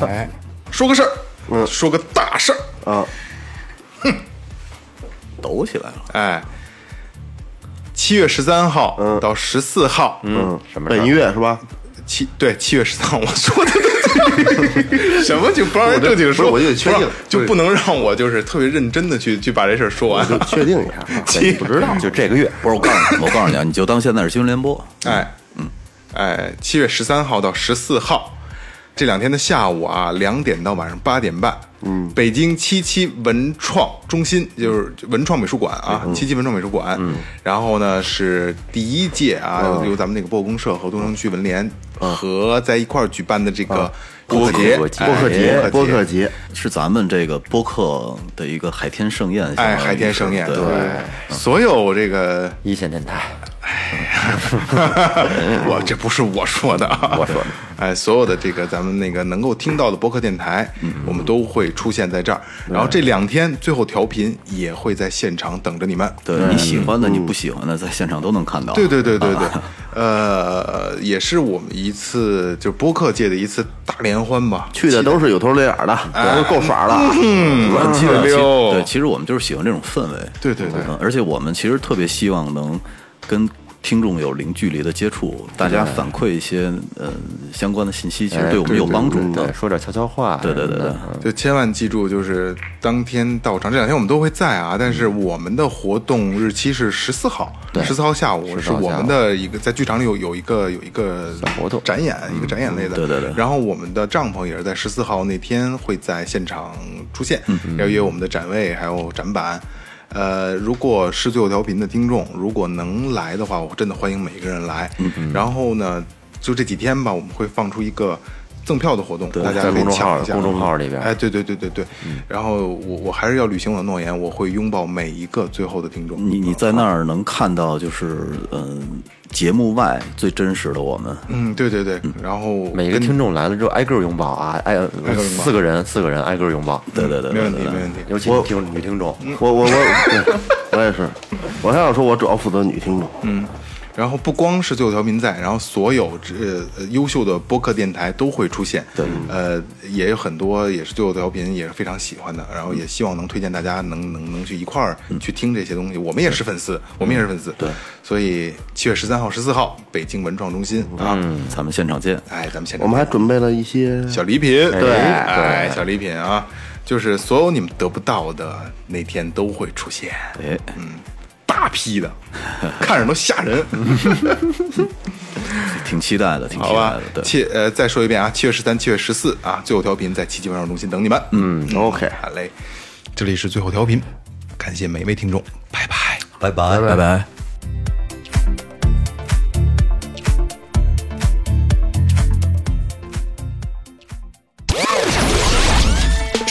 [SPEAKER 3] 哎，说个事
[SPEAKER 5] 嗯
[SPEAKER 3] 儿，说个大事儿。
[SPEAKER 5] 啊抖起来了，
[SPEAKER 3] 哎，七月十三号
[SPEAKER 5] 嗯
[SPEAKER 3] 到十四号，嗯，
[SPEAKER 4] 什么？本月是吧？
[SPEAKER 3] 七对七月十三，我说的对 什么就不让人正经说，
[SPEAKER 4] 不是我就确定
[SPEAKER 3] 不让就不能让我就是特别认真的去去把这事儿说完。，
[SPEAKER 4] 就确定一下啊
[SPEAKER 3] 七
[SPEAKER 4] 不知道
[SPEAKER 6] 就这个月，
[SPEAKER 5] 不是我告诉你，我告诉你啊，你就当现在是新闻联播。
[SPEAKER 3] 哎，嗯，哎，七月十三号到十四号这两天的下午啊，两点到晚上八点半，嗯，北京七七文创中心就是文创美术馆啊，七七文创美术馆，嗯，然后呢是第一届啊，由由咱们那个播客公社和东城区文联合在一块儿举办的这个播客节，哎
[SPEAKER 4] 播客节，播客
[SPEAKER 3] 节。
[SPEAKER 4] 节，
[SPEAKER 5] 是咱们这个播客的一个海天盛宴，相
[SPEAKER 3] 哎，
[SPEAKER 5] 当于是
[SPEAKER 3] 海天盛宴，
[SPEAKER 5] 对，
[SPEAKER 3] 所有这个，
[SPEAKER 6] 一线电台，
[SPEAKER 3] 我这不是我说的啊， 我说的。哎，所有的这个咱们那个能够听到的播客电台，我们都会出现在这儿。然后这两天最后调频也会在现场等着你们。
[SPEAKER 5] 对你喜欢的，你不喜欢的，在现场都能看到。
[SPEAKER 3] 对对对对对，呃，也是我们一次就播客界的一次大联欢吧。
[SPEAKER 4] 去的都是有头有脸的， 都够耍的。
[SPEAKER 5] 对，嗯其实
[SPEAKER 3] 哎呦
[SPEAKER 5] 对，其实我们就是喜欢这种氛围。
[SPEAKER 3] 对对对
[SPEAKER 5] 嗯，而且我们其实特别希望能跟听众有零距离的接触，大家反馈一些呃相关的信息，其实对我们有帮助的。
[SPEAKER 6] 说点悄悄话。
[SPEAKER 5] 对对对对，
[SPEAKER 3] 就千万记住，就是当天到场，这两天我们都会在啊，但是我们的活动日期是十四号，十四号下午是我们的一个在剧场里有有一个有一个活动嗯展演，一个展演类的，
[SPEAKER 5] 对对对
[SPEAKER 3] 然后我们的帐篷也是在十四号那天会在现场出现，要约我们的展位还有展板。呃，如果是最后调频的听众，如果能来的话，我真的欢迎每个人来。然后呢，就这几天吧，我们会放出一个赠票的活动，大家可以抢一下。公众号里边，哎，对对对对对。然后我我还是要履行我的诺言，我会拥抱每一个最后的听众。
[SPEAKER 5] 你你在那儿能看到，就是嗯、节目外最真实的我们。
[SPEAKER 3] 嗯，对对对。然后
[SPEAKER 8] 每个
[SPEAKER 3] 跟
[SPEAKER 8] 听众来了之后挨个儿拥抱啊，挨
[SPEAKER 3] 个儿拥抱
[SPEAKER 8] 四个人四个人挨个儿拥抱，
[SPEAKER 5] 对对对，
[SPEAKER 3] 没
[SPEAKER 5] 对
[SPEAKER 3] 问题
[SPEAKER 5] 对
[SPEAKER 3] 没
[SPEAKER 5] 对。
[SPEAKER 3] 问题。
[SPEAKER 8] 尤其是听女听众，
[SPEAKER 4] 我我我，对我也是，我还想说，我主要负责女听众。
[SPEAKER 3] 然后不光是最后调频在，然后所有这呃优秀的播客电台都会出现。对，呃，也有很多也是最后调频也是非常喜欢的，然后也希望能推荐大家能能能去一块儿去听这些东西。我们也是粉丝，我们也是粉丝。对，所以七月十三号、十四号，北京文创中心啊，
[SPEAKER 5] 嗯，咱们现场见。
[SPEAKER 3] 哎，咱们现场见
[SPEAKER 4] 我们还准备了一些
[SPEAKER 3] 小礼品，
[SPEAKER 4] 对
[SPEAKER 3] 哎，小礼品啊，就是所有你们得不到的那天都会出现，
[SPEAKER 5] 哎，
[SPEAKER 3] 大批的，看着都吓人。
[SPEAKER 5] 挺期待的，挺期
[SPEAKER 3] 好
[SPEAKER 5] 待
[SPEAKER 3] 吧
[SPEAKER 5] 的。，对，
[SPEAKER 3] 七呃，再说一遍啊，七月十三、七月十四啊，最后调频在七七文创中心等你们。嗯，OK，好嘞，这里是最后调频，感谢每一位听众，拜拜。
[SPEAKER 6] 拜拜
[SPEAKER 5] 拜拜。